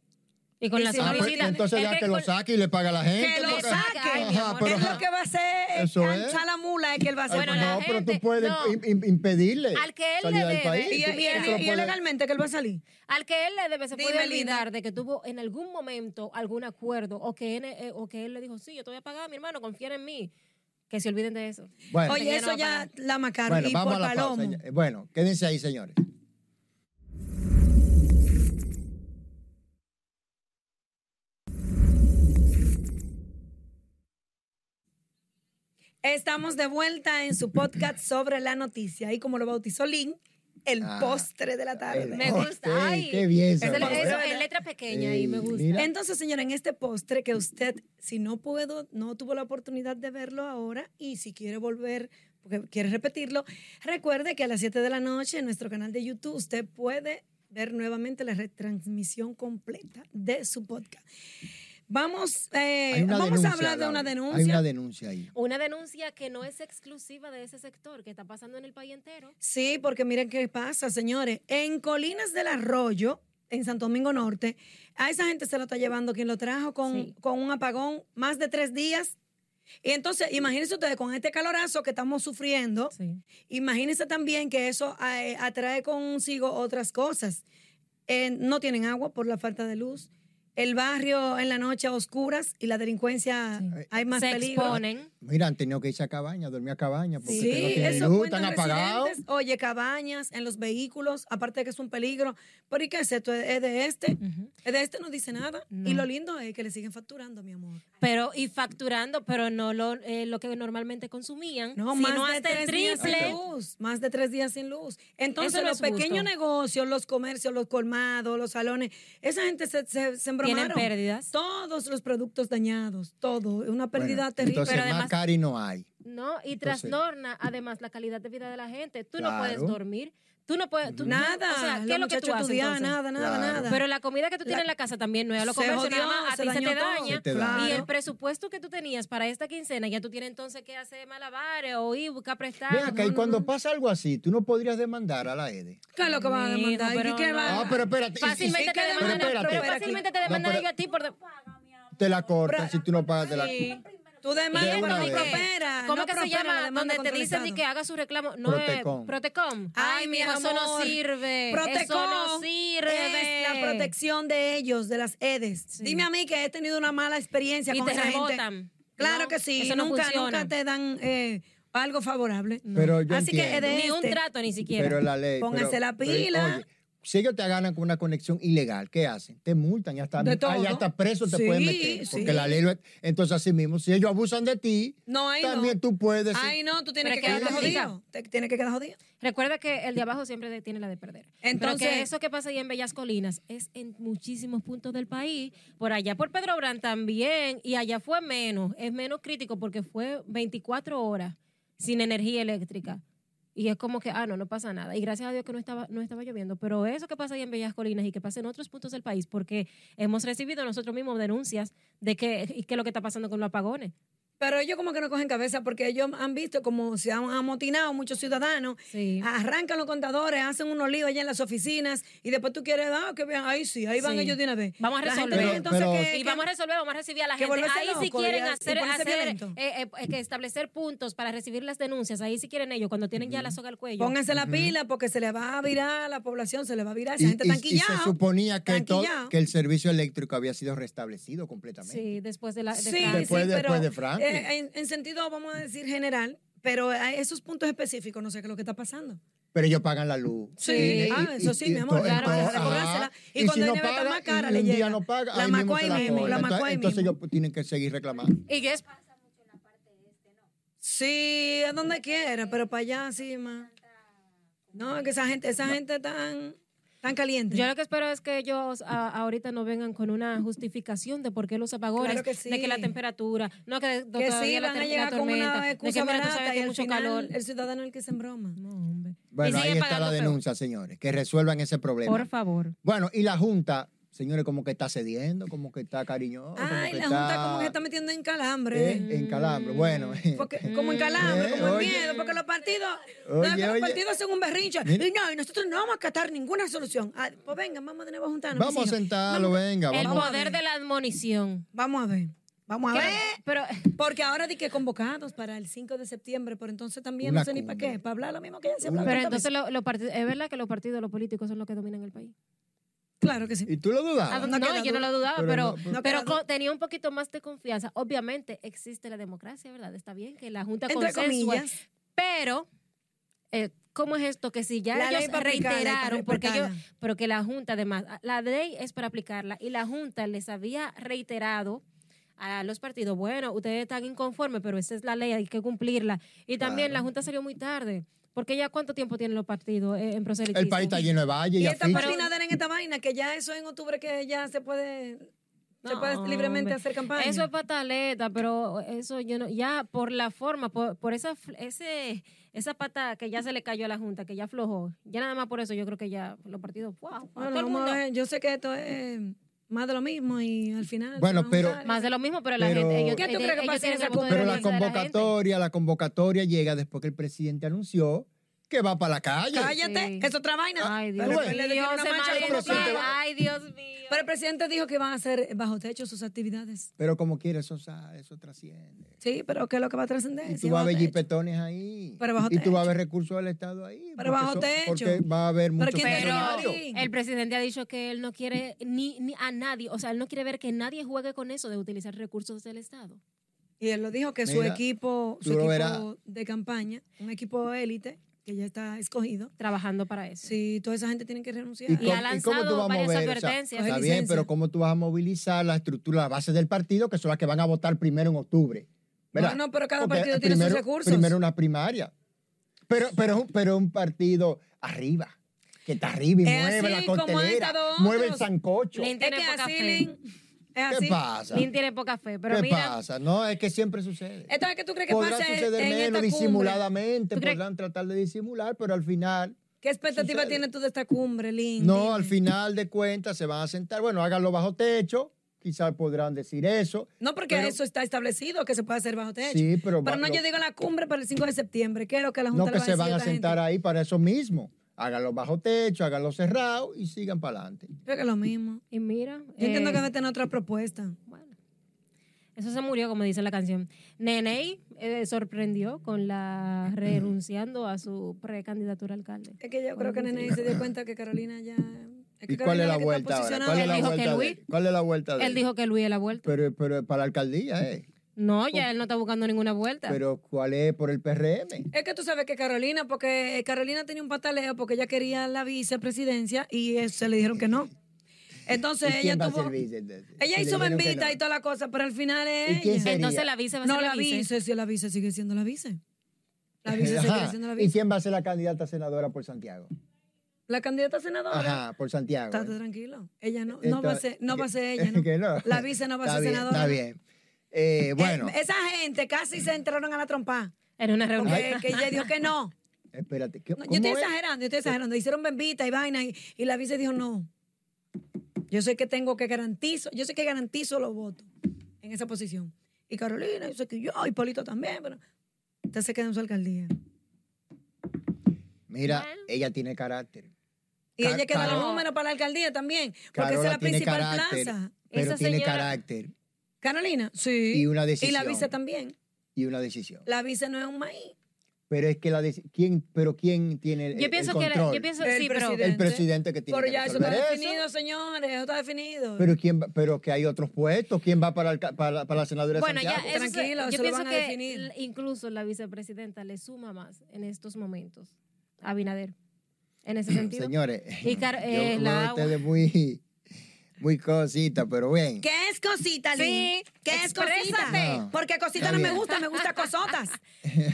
Speaker 2: Y con
Speaker 3: Y
Speaker 2: la
Speaker 3: si no
Speaker 1: Ah, pues,
Speaker 3: visita,
Speaker 2: sonrisita.
Speaker 1: entonces
Speaker 2: él
Speaker 1: ya
Speaker 2: cree
Speaker 1: que lo
Speaker 2: con-
Speaker 1: saque y le paga a la gente.
Speaker 3: que lo
Speaker 1: porque-
Speaker 3: saque.
Speaker 2: Ay, mi
Speaker 1: Ajá,
Speaker 2: amor,
Speaker 1: pero
Speaker 3: Él
Speaker 1: ajá.
Speaker 3: lo que va a hacer es
Speaker 1: Eso es.
Speaker 3: canchar la mula, es que él va a
Speaker 1: Ay,
Speaker 3: hacer.
Speaker 2: Bueno,
Speaker 1: pues
Speaker 2: la
Speaker 1: no, pero tú
Speaker 2: gente-
Speaker 1: puedes
Speaker 2: no.
Speaker 1: im- im- impedirle
Speaker 2: Al que él
Speaker 1: salir
Speaker 2: le
Speaker 1: del
Speaker 2: debe.
Speaker 1: país.
Speaker 3: y, y,
Speaker 1: Tú- tú se
Speaker 3: y-
Speaker 1: lo
Speaker 3: y- y
Speaker 1: puedes-
Speaker 3: legalmente que él va a salir.
Speaker 2: Al que él le debe, se
Speaker 3: Dime,
Speaker 2: puede
Speaker 3: linda.
Speaker 2: olvidar de que tuvo en algún momento algún acuerdo o que, él, eh, o que él le dijo, sí, yo te voy a pagar, mi hermano, confía en mí. Que se olviden de eso.
Speaker 1: Bueno,
Speaker 3: Oye,
Speaker 2: Ella no
Speaker 3: eso
Speaker 2: va a
Speaker 3: ya
Speaker 2: pagar.
Speaker 3: la macaron.
Speaker 1: bueno,
Speaker 3: y
Speaker 1: vamos
Speaker 3: por
Speaker 1: a la pausa.
Speaker 3: palomo.
Speaker 1: ya. Bueno, quédense ahí, señores.
Speaker 3: Estamos de vuelta en su podcast sobre la noticia y como lo bautizó Lin, el
Speaker 1: Ah,
Speaker 3: postre de la tarde.
Speaker 1: el
Speaker 2: Me gusta.
Speaker 1: Ok,
Speaker 2: Ay,
Speaker 1: Eh, qué bien,
Speaker 2: Es,
Speaker 1: Samantha.
Speaker 2: el- eso, en letra pequeña y me gusta.
Speaker 1: Mira.
Speaker 3: Entonces, señora, en este postre que usted, si no puedo, no tuvo la oportunidad de verlo ahora y si quiere volver, porque quiere repetirlo, recuerde que a las 7 de la noche en nuestro canal de YouTube usted puede ver nuevamente la retransmisión completa de su podcast. Vamos, eh,
Speaker 1: Hay una
Speaker 3: vamos
Speaker 1: denuncia,
Speaker 3: a hablar de
Speaker 1: Laura.
Speaker 3: una
Speaker 1: Hay
Speaker 3: denuncia.
Speaker 1: una denuncia ahí.
Speaker 2: Una denuncia que no es exclusiva de ese sector, que está pasando en el país entero.
Speaker 3: Sí, porque miren qué pasa, señores. En Colinas del Arroyo, en Santo Domingo Norte, a esa gente se lo está llevando quien lo trajo con,
Speaker 2: Sí.
Speaker 3: con un apagón más de tres días. Y entonces, imagínense ustedes, con este calorazo que estamos sufriendo,
Speaker 2: Sí.
Speaker 3: imagínense también que eso eh, atrae consigo otras cosas. Eh, no tienen agua por la falta de luz. El barrio en la noche a oscuras y la delincuencia
Speaker 2: Sí.
Speaker 3: hay más
Speaker 2: Se
Speaker 3: peligro.
Speaker 2: exponen.
Speaker 1: Mira, han tenido que irse a cabaña, dormir a cabaña, porque
Speaker 3: Sí,
Speaker 1: no tienen
Speaker 3: eso
Speaker 1: luz,
Speaker 3: cuentan
Speaker 1: están apagados.
Speaker 3: residentes. Oye, cabañas en los vehículos, aparte de que es un peligro. Pero ¿y qué es esto? Es de este.
Speaker 2: Ujú.
Speaker 3: Es de este no dice nada.
Speaker 2: No.
Speaker 3: Y lo lindo es que le siguen facturando, mi amor.
Speaker 2: Pero, y facturando, pero no lo, eh, lo que normalmente consumían.
Speaker 3: No,
Speaker 2: sino
Speaker 3: más de
Speaker 2: hasta el
Speaker 3: tres días sin
Speaker 2: triple.
Speaker 3: luz. Más de tres días sin luz. Entonces,
Speaker 2: Eso no
Speaker 3: los
Speaker 2: es justo.
Speaker 3: pequeños negocios, los comercios, los colmados, los salones, esa gente se, se, se
Speaker 2: Tienen
Speaker 3: embromaron.
Speaker 2: pérdidas.
Speaker 3: Todos los productos dañados, todo. Una
Speaker 1: Bueno,
Speaker 3: pérdida terrible.
Speaker 1: Entonces,
Speaker 2: Pero
Speaker 1: más
Speaker 2: además-
Speaker 1: cari no hay.
Speaker 2: No, y
Speaker 1: Entonces-
Speaker 2: trastorna además la calidad de vida de la gente. Tú no
Speaker 1: Claro.
Speaker 2: puedes dormir, tú no puedes... tú- tú-
Speaker 3: nada.
Speaker 2: O sea, ¿qué
Speaker 3: Los
Speaker 2: es lo que
Speaker 3: muchachos
Speaker 2: tú haces
Speaker 3: estudian,
Speaker 2: entonces?
Speaker 3: nada, nada,
Speaker 1: Claro.
Speaker 3: nada.
Speaker 2: Pero la comida que tú tienes en la casa también no es a lo
Speaker 3: Se
Speaker 2: comercio,
Speaker 3: jodió,
Speaker 2: nada más.
Speaker 3: se
Speaker 2: a ti se
Speaker 3: dañó
Speaker 2: te
Speaker 3: todo.
Speaker 2: daña.
Speaker 1: Se te daña.
Speaker 2: Y el
Speaker 3: Claro.
Speaker 2: presupuesto que tú tenías para esta quincena, ya tú tienes entonces que hacer malabares o ir, buscar prestado.
Speaker 3: Ah,
Speaker 1: Ven acá,
Speaker 2: No,
Speaker 1: y
Speaker 2: no,
Speaker 1: cuando
Speaker 2: no.
Speaker 1: pasa algo así, tú no podrías demandar a la EDE.
Speaker 3: ¿Qué es lo que van a
Speaker 2: Mijo,
Speaker 3: demandar? ¿Y
Speaker 2: pero
Speaker 3: qué
Speaker 2: no.
Speaker 3: van a-
Speaker 1: Ah, pero espérate. y- y-
Speaker 2: Fácilmente
Speaker 1: y-
Speaker 2: te
Speaker 3: pero
Speaker 2: demandan, pero,
Speaker 1: espérate,
Speaker 2: fácilmente te
Speaker 1: No,
Speaker 2: demandan
Speaker 1: pero
Speaker 2: ellos a ti por... de-
Speaker 1: Te la cortan si tú no pagas de la.
Speaker 3: Sí. Tú demandas,
Speaker 1: De
Speaker 3: pero
Speaker 1: una
Speaker 3: no
Speaker 1: vez.
Speaker 3: prospera.
Speaker 1: eh,
Speaker 2: ¿Cómo
Speaker 3: no
Speaker 2: que se
Speaker 3: prospera la
Speaker 2: llama?
Speaker 3: demanda
Speaker 2: Donde te
Speaker 3: contra el
Speaker 2: dicen di
Speaker 3: Estado.
Speaker 2: que haga su reclamo. No
Speaker 1: Protecom.
Speaker 2: es Protecom.
Speaker 3: Ay, mi
Speaker 2: mijo, eso no
Speaker 3: amor.
Speaker 2: sirve.
Speaker 3: Protecom
Speaker 2: eso no sirve.
Speaker 3: es la protección de ellos, de las EDES.
Speaker 2: Sí.
Speaker 3: Dime a mí que he tenido una mala experiencia
Speaker 2: Y
Speaker 3: con
Speaker 2: te
Speaker 3: esa gente.
Speaker 2: rebotan.
Speaker 3: Claro
Speaker 2: No,
Speaker 3: que sí.
Speaker 2: eso no
Speaker 3: nunca,
Speaker 2: funciona.
Speaker 3: nunca te dan eh, algo favorable.
Speaker 1: Pero yo
Speaker 3: Así que
Speaker 1: entiendo.
Speaker 3: EDES.
Speaker 2: Ni un
Speaker 3: este,
Speaker 2: trato ni siquiera.
Speaker 1: Pero la ley.
Speaker 3: Pónganse
Speaker 1: pero-
Speaker 3: la
Speaker 1: pero,
Speaker 3: pila.
Speaker 1: oye, si ellos te ganan con una conexión ilegal, ¿qué hacen? Te multan y hasta,
Speaker 3: De
Speaker 1: ah, y
Speaker 3: todo.
Speaker 1: hasta preso te
Speaker 3: Sí,
Speaker 1: pueden meter.
Speaker 3: sí.
Speaker 1: Porque la ley lo. Entonces, así mismo, si ellos abusan de ti,
Speaker 3: No, ahí
Speaker 1: también
Speaker 3: no.
Speaker 1: tú puedes.
Speaker 3: Ahí no, tú tienes
Speaker 2: Pero
Speaker 3: que
Speaker 2: es que
Speaker 3: quedarte
Speaker 1: ahí no
Speaker 3: jodido. Te tienes que quedar jodido.
Speaker 2: Recuerda que el de abajo siempre de- tiene la de perder.
Speaker 3: Entonces-
Speaker 2: Pero que eso que pasa ahí en Bellas Colinas es en muchísimos puntos del país. Por allá por Pedro Brán también. Y allá fue menos. Es menos crítico porque fue 24 horas sin energía eléctrica. Y es como que, ah, no, no pasa nada. Y gracias a Dios que no estaba, no estaba lloviendo. Pero eso que pasa ahí en Bellas Colinas y que pasa en otros puntos del país, porque hemos recibido nosotros mismos denuncias de que, y que lo que está pasando con los apagones.
Speaker 3: Pero ellos como que no cogen cabeza porque ellos han visto como se han amotinado muchos ciudadanos
Speaker 2: Sí.
Speaker 3: Arrancan los contadores, hacen unos líos allá en las oficinas y después tú quieres, ah, que vean, ahí sí, ahí van
Speaker 2: Sí.
Speaker 3: ellos de una vez.
Speaker 2: Vamos a
Speaker 3: La gente
Speaker 2: resolver.
Speaker 3: dice, entonces
Speaker 1: Pero-
Speaker 3: que-
Speaker 2: y
Speaker 3: que-
Speaker 2: vamos a resolver, vamos a recibir a la
Speaker 3: que
Speaker 2: gente.
Speaker 3: volverse
Speaker 2: Ahí sí
Speaker 3: loco,
Speaker 2: quieren
Speaker 3: ya, y
Speaker 2: hacer,
Speaker 3: ponerse
Speaker 2: hacer
Speaker 3: violento.
Speaker 2: eh, eh, eh, que establecer puntos para recibir las denuncias. Ahí sí quieren ellos, cuando tienen ya la soga al cuello.
Speaker 3: Pónganse la pila porque se le va a virar a la población, se le va a virar. Esa
Speaker 1: Y,
Speaker 3: gente
Speaker 1: y-
Speaker 3: tan
Speaker 1: y se suponía que, todo-
Speaker 3: Tanquillao.
Speaker 1: que el servicio eléctrico había sido restablecido completamente.
Speaker 2: sí, después de la... Ah, de
Speaker 3: Sí,
Speaker 2: Francia.
Speaker 1: Después-
Speaker 3: sí, pero,
Speaker 1: de Franklin.
Speaker 3: eh, en, en sentido, vamos a decir general, pero a esos puntos específicos no sé qué es lo que está pasando.
Speaker 1: Pero ellos pagan la luz.
Speaker 3: Sí,
Speaker 1: Y-
Speaker 3: ah,
Speaker 1: y-
Speaker 3: eso
Speaker 1: y-
Speaker 3: sí,
Speaker 1: y
Speaker 3: mi amor,
Speaker 1: to-
Speaker 3: claro,
Speaker 1: entonces,
Speaker 3: hay que cobrársela.
Speaker 1: ajá.
Speaker 3: Y cuando hay neve está más cara,
Speaker 1: y
Speaker 3: le
Speaker 1: un día
Speaker 3: llega.
Speaker 1: no paga,
Speaker 3: La
Speaker 1: ahí mismo
Speaker 3: macó
Speaker 1: te
Speaker 3: ahí
Speaker 1: la
Speaker 3: mismo, la
Speaker 1: cobran.
Speaker 3: macó
Speaker 1: Entonces-
Speaker 3: ahí
Speaker 1: Entonces
Speaker 3: mismo.
Speaker 1: ellos tienen que seguir reclamando.
Speaker 2: Y que es...
Speaker 3: Sí, a donde quiera, pero para allá sí, más. No, es que esa gente, esa gente tan, tan caliente.
Speaker 2: Yo lo que espero es que ellos a- ahorita no vengan con una justificación de por qué los apagones,
Speaker 3: Claro que sí.
Speaker 2: de que la temperatura, no que, de-
Speaker 3: que
Speaker 2: todavía
Speaker 3: sí,
Speaker 2: la,
Speaker 3: van
Speaker 2: ter-
Speaker 3: a
Speaker 2: la
Speaker 3: llegar con
Speaker 2: tormenta,
Speaker 3: una
Speaker 2: de que
Speaker 3: excusa
Speaker 2: mira, tú
Speaker 3: barata
Speaker 2: sabes
Speaker 3: y
Speaker 2: que
Speaker 3: al
Speaker 2: mucho
Speaker 3: final
Speaker 2: calor.
Speaker 3: el ciudadano es el que se embroma.
Speaker 2: No, hombre.
Speaker 1: Bueno, ahí
Speaker 2: Y siguen
Speaker 1: está la
Speaker 2: pagando peor.
Speaker 1: denuncia, señores, que resuelvan ese problema.
Speaker 2: Por favor.
Speaker 1: Bueno, y la Junta, señores, como que está cediendo, como que está cariñosa.
Speaker 3: Ay,
Speaker 1: como
Speaker 3: la
Speaker 1: Oh, que
Speaker 3: Junta
Speaker 1: está,
Speaker 3: como que está metiendo en calambre.
Speaker 1: eh, en calambre. Bueno,
Speaker 3: Porque, Como en calambre,
Speaker 1: Eh,
Speaker 3: como en
Speaker 1: oye.
Speaker 3: miedo, porque los partidos, no,
Speaker 1: Oye,
Speaker 3: es que los
Speaker 1: oye.
Speaker 3: partidos hacen un berrinche.
Speaker 1: Mira.
Speaker 3: Y no, y nosotros no vamos a acatar ninguna solución. Ah, pues venga, vamos de nuevo a juntarnos.
Speaker 1: vamos a
Speaker 3: mis hijos.
Speaker 1: sentarlo,
Speaker 3: Vamos-
Speaker 1: venga,
Speaker 2: El
Speaker 1: vamos.
Speaker 2: poder de la admonición.
Speaker 3: Vamos a ver. Vamos a ver.
Speaker 2: Pero...
Speaker 3: Porque ahora di que convocados para el 5 de septiembre, por entonces también
Speaker 1: Una
Speaker 3: no sé ni para
Speaker 1: cumbre.
Speaker 3: qué, para hablar lo mismo que ya se
Speaker 1: Una
Speaker 3: hablaba.
Speaker 2: Pero
Speaker 3: tantas
Speaker 2: entonces lo- los partidos- es verdad que los partidos, los políticos son los que dominan el país.
Speaker 3: veces. Claro que sí.
Speaker 1: ¿Y tú lo
Speaker 2: Ah,
Speaker 1: dudabas?
Speaker 2: no,
Speaker 3: queda
Speaker 2: yo no
Speaker 3: duda.
Speaker 2: lo dudaba,
Speaker 1: Pero
Speaker 2: pero,
Speaker 1: no,
Speaker 2: pero,
Speaker 3: no queda
Speaker 2: co- tenía un poquito más de confianza. Obviamente existe la democracia, ¿verdad? Está bien que la Junta
Speaker 3: Entre
Speaker 2: consensúe,
Speaker 3: comillas.
Speaker 2: pero eh, ¿cómo es esto? Que si ya
Speaker 3: La ley
Speaker 2: ellos
Speaker 3: para aplicarla, hay que
Speaker 2: reiteraron, porque ellos,
Speaker 3: respetarla.
Speaker 2: pero que la Junta además, la ley es para aplicarla y la Junta les había reiterado a los partidos, bueno, ustedes están inconformes, pero esa es la ley, hay que cumplirla. Y también la Junta salió muy tarde, porque ya cuánto tiempo tienen los partidos eh, en proselitismo.
Speaker 1: El país está lleno de valles
Speaker 3: Y
Speaker 1: y
Speaker 3: esta
Speaker 1: afiches.
Speaker 3: patinadera en esta vaina, que ya eso en octubre que ya se puede, se
Speaker 2: No,
Speaker 3: puede libremente
Speaker 2: hombre.
Speaker 3: hacer campaña.
Speaker 2: Eso es pataleta, pero eso yo no, ya por la forma, por, por esa, fl- ese, esa pata que ya se le cayó a la Junta, que ya aflojó, ya nada más por eso yo creo que ya los partidos, wow,
Speaker 3: Bueno, vamos a ver, yo sé que esto es más de lo mismo y al final.
Speaker 1: Bueno,
Speaker 3: vamos
Speaker 1: pero-
Speaker 3: a ver.
Speaker 2: Más de lo mismo, pero la
Speaker 1: Pero-
Speaker 2: gente, ellos,
Speaker 3: ¿Qué tú
Speaker 2: ellos-
Speaker 3: crees que
Speaker 2: ellos
Speaker 3: pasa en
Speaker 2: tienen
Speaker 3: esa
Speaker 2: el voto de
Speaker 1: Pero la
Speaker 2: confianza de gente.
Speaker 1: convocatoria, la convocatoria llega después que el presidente anunció que va para la calle.
Speaker 3: Cállate,
Speaker 2: Sí.
Speaker 3: que es otra vaina.
Speaker 2: Ay, Dios
Speaker 1: Pero
Speaker 2: mío,
Speaker 1: bueno.
Speaker 3: Le dieron una
Speaker 2: se
Speaker 3: mancha
Speaker 2: mal
Speaker 1: al presidente.
Speaker 2: confió. Ay, Dios mío.
Speaker 3: Pero el presidente dijo que van a hacer bajo techo sus actividades.
Speaker 1: Pero como quiera, eso, sa- eso trasciende.
Speaker 3: Sí, pero ¿qué es lo que va a trascender?
Speaker 1: Y
Speaker 3: Si
Speaker 1: tú
Speaker 3: es
Speaker 1: vas a
Speaker 3: bajo
Speaker 1: ver
Speaker 3: techo.
Speaker 1: jipetones ahí.
Speaker 3: Pero bajo
Speaker 1: y tú vas a
Speaker 3: techo.
Speaker 1: ver recursos del Estado ahí.
Speaker 3: Pero
Speaker 1: porque
Speaker 3: bajo techo.
Speaker 1: Porque va a haber
Speaker 3: Pero
Speaker 1: muchos
Speaker 3: ¿quién te lo
Speaker 1: funcionarios.
Speaker 3: Pero-
Speaker 2: Pero el presidente ha dicho que él no quiere ni, ni a nadie, o sea, él no quiere ver que nadie juegue con eso de utilizar recursos del Estado.
Speaker 3: Y él lo dijo que su
Speaker 1: Mira,
Speaker 3: equipo, su
Speaker 1: tú lo
Speaker 3: equipo
Speaker 1: verás.
Speaker 3: de campaña, un equipo élite, que ya está escogido,
Speaker 2: Trabajando para eso.
Speaker 3: si toda esa gente tiene que renunciar.
Speaker 1: ¿Y,
Speaker 2: Y
Speaker 1: cómo-
Speaker 2: ha
Speaker 1: y cómo tú
Speaker 2: lanzado
Speaker 1: vas a
Speaker 2: varias
Speaker 1: mover? O sea,
Speaker 2: advertencias.
Speaker 1: está
Speaker 3: Hay
Speaker 1: bien,
Speaker 3: licencia.
Speaker 1: pero cómo tú vas a movilizar la estructura, la base del partido, que son las que van a votar primero en octubre. ¿verdad?
Speaker 3: Bueno, pero cada
Speaker 1: Porque
Speaker 3: partido tiene sus
Speaker 1: primero-
Speaker 3: recursos.
Speaker 1: Primero una primaria. Pero, pero, pero un partido arriba, que está arriba y
Speaker 3: Es
Speaker 1: mueve
Speaker 3: así
Speaker 1: la
Speaker 3: como han
Speaker 1: costelera,
Speaker 3: estado
Speaker 1: mueve el
Speaker 3: otros.
Speaker 1: sancocho.
Speaker 2: Le
Speaker 1: ¿Qué
Speaker 2: inter- tiene
Speaker 3: es que
Speaker 2: poca
Speaker 3: así,
Speaker 2: fe.
Speaker 3: Lin, es así.
Speaker 1: pasa?
Speaker 2: Lin tiene poca fe, pero
Speaker 1: ¿Qué
Speaker 2: mira,
Speaker 1: pasa? No, es que siempre sucede.
Speaker 3: Entonces, ¿qué tú crees que
Speaker 1: Podrá
Speaker 3: pasa
Speaker 1: suceder
Speaker 3: en esta
Speaker 1: menos
Speaker 3: cumbre?
Speaker 1: disimuladamente,
Speaker 2: ¿Tú crees?
Speaker 1: podrán tratar de disimular, pero al final,
Speaker 3: ¿Qué expectativa
Speaker 1: Sucede.
Speaker 3: tienes tú de esta cumbre, Lin?
Speaker 1: no,
Speaker 3: Dime.
Speaker 1: al final de cuentas se van a sentar, bueno, háganlo bajo techo, quizás podrán decir eso.
Speaker 3: No, porque
Speaker 1: Pero-
Speaker 3: eso está establecido, que se puede hacer bajo techo.
Speaker 1: Sí, pero va-
Speaker 3: no,
Speaker 1: lo-
Speaker 3: yo digo la cumbre para el 5 de septiembre. ¿Qué es lo que la
Speaker 1: No
Speaker 3: Junta le
Speaker 1: que
Speaker 3: va
Speaker 1: se van
Speaker 3: decir
Speaker 1: a
Speaker 3: esta
Speaker 1: sentar
Speaker 3: gente?
Speaker 1: ahí para eso mismo. Háganlo bajo techo, háganlo cerrado y sigan para adelante.
Speaker 3: Creo que es lo mismo.
Speaker 2: y mira.
Speaker 3: Yo entiendo
Speaker 2: eh,
Speaker 3: que va a tener otra propuesta.
Speaker 2: bueno. Eso se murió, como dice la canción. Neney eh, sorprendió con la renunciando a su precandidatura a alcalde.
Speaker 3: Es que yo creo que Nene se dio cuenta que Carolina ya... Es que
Speaker 1: ¿Y cuál
Speaker 3: Carolina
Speaker 1: es la
Speaker 3: que está
Speaker 1: vuelta ahora?
Speaker 3: posicionada.
Speaker 1: ¿Cuál es
Speaker 2: Él
Speaker 1: la
Speaker 2: dijo que
Speaker 1: vuelta de
Speaker 2: Luis.
Speaker 1: él? ¿Cuál es la vuelta de
Speaker 2: Él dijo que Luis es la vuelta.
Speaker 1: Pero, pero para la alcaldía, ¿eh?
Speaker 2: No, ya él no está buscando ninguna vuelta.
Speaker 1: Pero ¿cuál es por el PRM?
Speaker 3: Es que tú sabes que Carolina, porque eh, Carolina tenía un pataleo porque ella quería la vicepresidencia y eso, se le dijeron que no. Entonces
Speaker 1: ¿Y
Speaker 3: ella
Speaker 1: quién va a
Speaker 3: tuvo...
Speaker 1: servirse, entonces?
Speaker 3: Ella
Speaker 1: Si le
Speaker 3: hizo
Speaker 1: dijeron que
Speaker 3: bendita
Speaker 1: no.
Speaker 3: y toda la cosa, pero al final es
Speaker 1: ¿Y quién
Speaker 3: ella.
Speaker 1: se-
Speaker 2: Entonces
Speaker 1: sería.
Speaker 2: la vice va a ser
Speaker 3: No, la
Speaker 2: la vice.
Speaker 3: vice, si la vice sigue siendo la vice. La vice sigue
Speaker 1: Ajá.
Speaker 3: siendo la
Speaker 1: ¿Y
Speaker 3: vice.
Speaker 1: quién va a ser la candidata a senadora por Santiago?
Speaker 3: La candidata a senadora,
Speaker 1: Ajá, por Santiago.
Speaker 3: estate tranquilo. Ella no, no va a ser, no va a ser ella.
Speaker 1: Entonces,
Speaker 3: ¿no?
Speaker 1: que no.
Speaker 3: La vice no va a
Speaker 1: Está
Speaker 3: ser
Speaker 1: bien,
Speaker 3: senadora.
Speaker 1: Está bien. Eh, bueno,
Speaker 3: Eh, esa gente casi se entraron a la trompa.
Speaker 2: En una reunión.
Speaker 3: Porque que ella dijo que no.
Speaker 1: espérate. ¿qué-
Speaker 3: No,
Speaker 1: cómo
Speaker 3: yo estoy
Speaker 1: es?
Speaker 3: exagerando, yo estoy exagerando. Hicieron bembita y vaina y, y la vice dijo no. Yo sé que tengo que garantizo, yo sé que garantizo los votos en esa posición. Y Carolina, yo sé que yo, y Polito también, pero usted se queda en su alcaldía.
Speaker 1: Mira,
Speaker 2: Bueno.
Speaker 1: ella tiene carácter.
Speaker 3: Y
Speaker 1: Ca-
Speaker 3: ella queda los
Speaker 1: Carola-
Speaker 3: números para la alcaldía también, porque esa
Speaker 1: Carola
Speaker 3: es la
Speaker 1: tiene
Speaker 3: principal
Speaker 1: carácter,
Speaker 3: plaza.
Speaker 1: pero
Speaker 2: Esa
Speaker 1: tiene
Speaker 2: señora-
Speaker 1: carácter
Speaker 3: Carolina, sí.
Speaker 1: Y una
Speaker 3: Y la
Speaker 1: decisión.
Speaker 3: vice también.
Speaker 1: y una decisión.
Speaker 3: La vice no es un maíz.
Speaker 1: Pero es que la deci- quién, pero quién tiene el,
Speaker 2: Yo
Speaker 1: el
Speaker 2: pienso que
Speaker 1: control.
Speaker 2: la- yo pienso
Speaker 3: El
Speaker 2: sí, pero
Speaker 3: presidente.
Speaker 1: el presidente que tiene
Speaker 3: Pero
Speaker 1: que
Speaker 3: ya eso
Speaker 1: resolver
Speaker 3: está
Speaker 1: eso.
Speaker 3: definido, señores, eso está definido.
Speaker 1: Pero quién, va- pero que hay otros puestos, quién va para, el ca- para, para la senadora de
Speaker 2: bueno, ya
Speaker 1: Santiago.
Speaker 2: eso se-
Speaker 3: Tranquilo,
Speaker 2: yo
Speaker 3: eso lo
Speaker 2: pienso
Speaker 3: van a
Speaker 2: que
Speaker 3: definir.
Speaker 2: l- incluso la vicepresidenta le suma más en estos momentos a Abinader. En ese sentido.
Speaker 1: Señores,
Speaker 2: Y Car-
Speaker 1: yo
Speaker 2: eh,
Speaker 1: veo
Speaker 2: la-
Speaker 1: ustedes muy, muy cosita, pero bien.
Speaker 3: ¿Qué es cosita, Lin?
Speaker 2: Sí,
Speaker 3: ¿Qué es cosita?
Speaker 2: exprésate.
Speaker 1: No.
Speaker 3: Porque cosita
Speaker 1: Ah. Está
Speaker 3: no me
Speaker 1: bien.
Speaker 3: gusta, me gusta cosotas.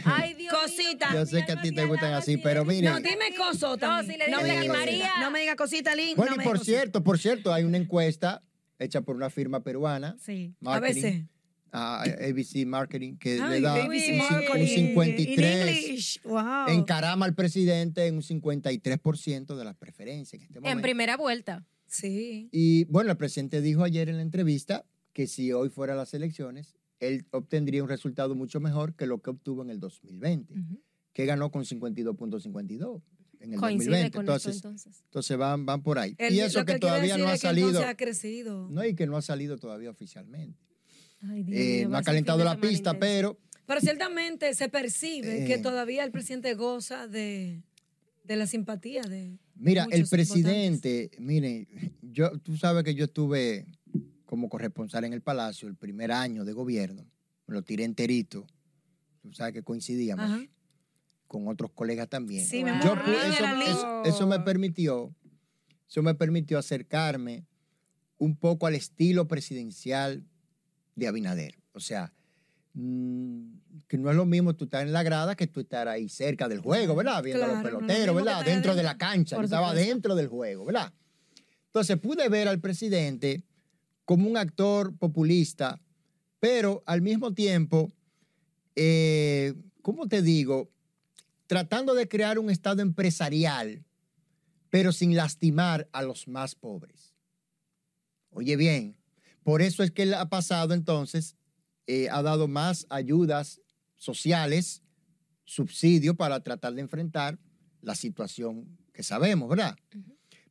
Speaker 2: Ay, Dios mío,
Speaker 3: Cosita.
Speaker 2: mi
Speaker 1: Yo sé que a ti
Speaker 2: alma
Speaker 1: te gustan
Speaker 2: alaba,
Speaker 1: así,
Speaker 2: sí.
Speaker 1: pero mire.
Speaker 3: No, dime cosota.
Speaker 2: No,
Speaker 3: Lin.
Speaker 2: si le
Speaker 3: no
Speaker 1: digo
Speaker 3: me
Speaker 1: que
Speaker 3: diga
Speaker 1: sí.
Speaker 3: María. No me diga cosita, Lin.
Speaker 1: Bueno,
Speaker 3: no me
Speaker 1: y por
Speaker 3: diga cosita.
Speaker 1: cierto, por cierto, hay una encuesta hecha por una firma peruana,
Speaker 2: Sí.
Speaker 3: A
Speaker 1: marketing,
Speaker 3: veces.
Speaker 1: ah, ABC Marketing, que le
Speaker 3: Ay,
Speaker 1: da
Speaker 3: baby,
Speaker 1: un
Speaker 3: sí,
Speaker 1: un
Speaker 3: Marconi. In
Speaker 1: 53.
Speaker 3: English. Wow.
Speaker 1: encarama al presidente en un 53% de las preferencias en este
Speaker 2: En
Speaker 1: momento.
Speaker 2: primera vuelta.
Speaker 3: sí.
Speaker 1: Y bueno, el presidente dijo ayer en la entrevista que si hoy fueran las elecciones, él obtendría un resultado mucho mejor que lo que obtuvo en el 2020, que ganó con 52.52 en el
Speaker 2: Coincide
Speaker 1: 2020.
Speaker 2: con
Speaker 1: Entonces,
Speaker 2: esto entonces.
Speaker 1: entonces van, van por ahí.
Speaker 3: El-
Speaker 1: y eso
Speaker 3: lo
Speaker 1: que,
Speaker 3: quiero
Speaker 1: todavía no
Speaker 3: decir
Speaker 1: ha
Speaker 3: es que entonces
Speaker 1: salido.
Speaker 3: ha crecido.
Speaker 1: No, y que no ha salido todavía oficialmente.
Speaker 2: Ay, Dios
Speaker 1: Eh,
Speaker 2: mío,
Speaker 1: no
Speaker 2: va a
Speaker 1: ha
Speaker 2: ser fin
Speaker 1: calentado
Speaker 2: de
Speaker 1: la
Speaker 2: semana
Speaker 1: pista,
Speaker 2: intenso.
Speaker 1: pero
Speaker 3: Pero ciertamente se percibe
Speaker 1: Eh.
Speaker 3: que todavía el presidente goza de, de la simpatía de.
Speaker 1: Mira, el
Speaker 3: muchos
Speaker 1: presidente, mire, yo, tú sabes que yo estuve como corresponsal en el Palacio el primer año de gobierno, me lo tiré enterito, tú sabes que coincidíamos
Speaker 3: Ajá.
Speaker 1: con otros colegas también.
Speaker 3: Sí,
Speaker 2: Wow.
Speaker 3: mi amor.
Speaker 1: Yo
Speaker 2: Ah,
Speaker 1: pu-
Speaker 3: Lin
Speaker 1: eso,
Speaker 3: era Lin.
Speaker 1: eso- eso me permitió, eso me permitió acercarme un poco al estilo presidencial de Abinader. O sea, mm, que no es lo mismo tú estar en la grada que tú estar ahí cerca del juego, ¿verdad? Viendo a los
Speaker 3: Claro, no es lo
Speaker 1: peloteros,
Speaker 3: mismo que
Speaker 1: ¿verdad?
Speaker 3: estar
Speaker 1: Dentro de
Speaker 3: adentro.
Speaker 1: la cancha, yo
Speaker 2: Por
Speaker 1: estaba
Speaker 2: supuesto.
Speaker 1: dentro del juego, ¿verdad? Entonces pude ver al presidente como un actor populista, pero al mismo tiempo, eh, ¿cómo te digo? Tratando de crear un estado empresarial, pero sin lastimar a los más pobres. Oye bien, por eso es que él ha pasado entonces, eh, ha dado más ayudas sociales, subsidio para tratar de enfrentar la situación que sabemos, ¿verdad?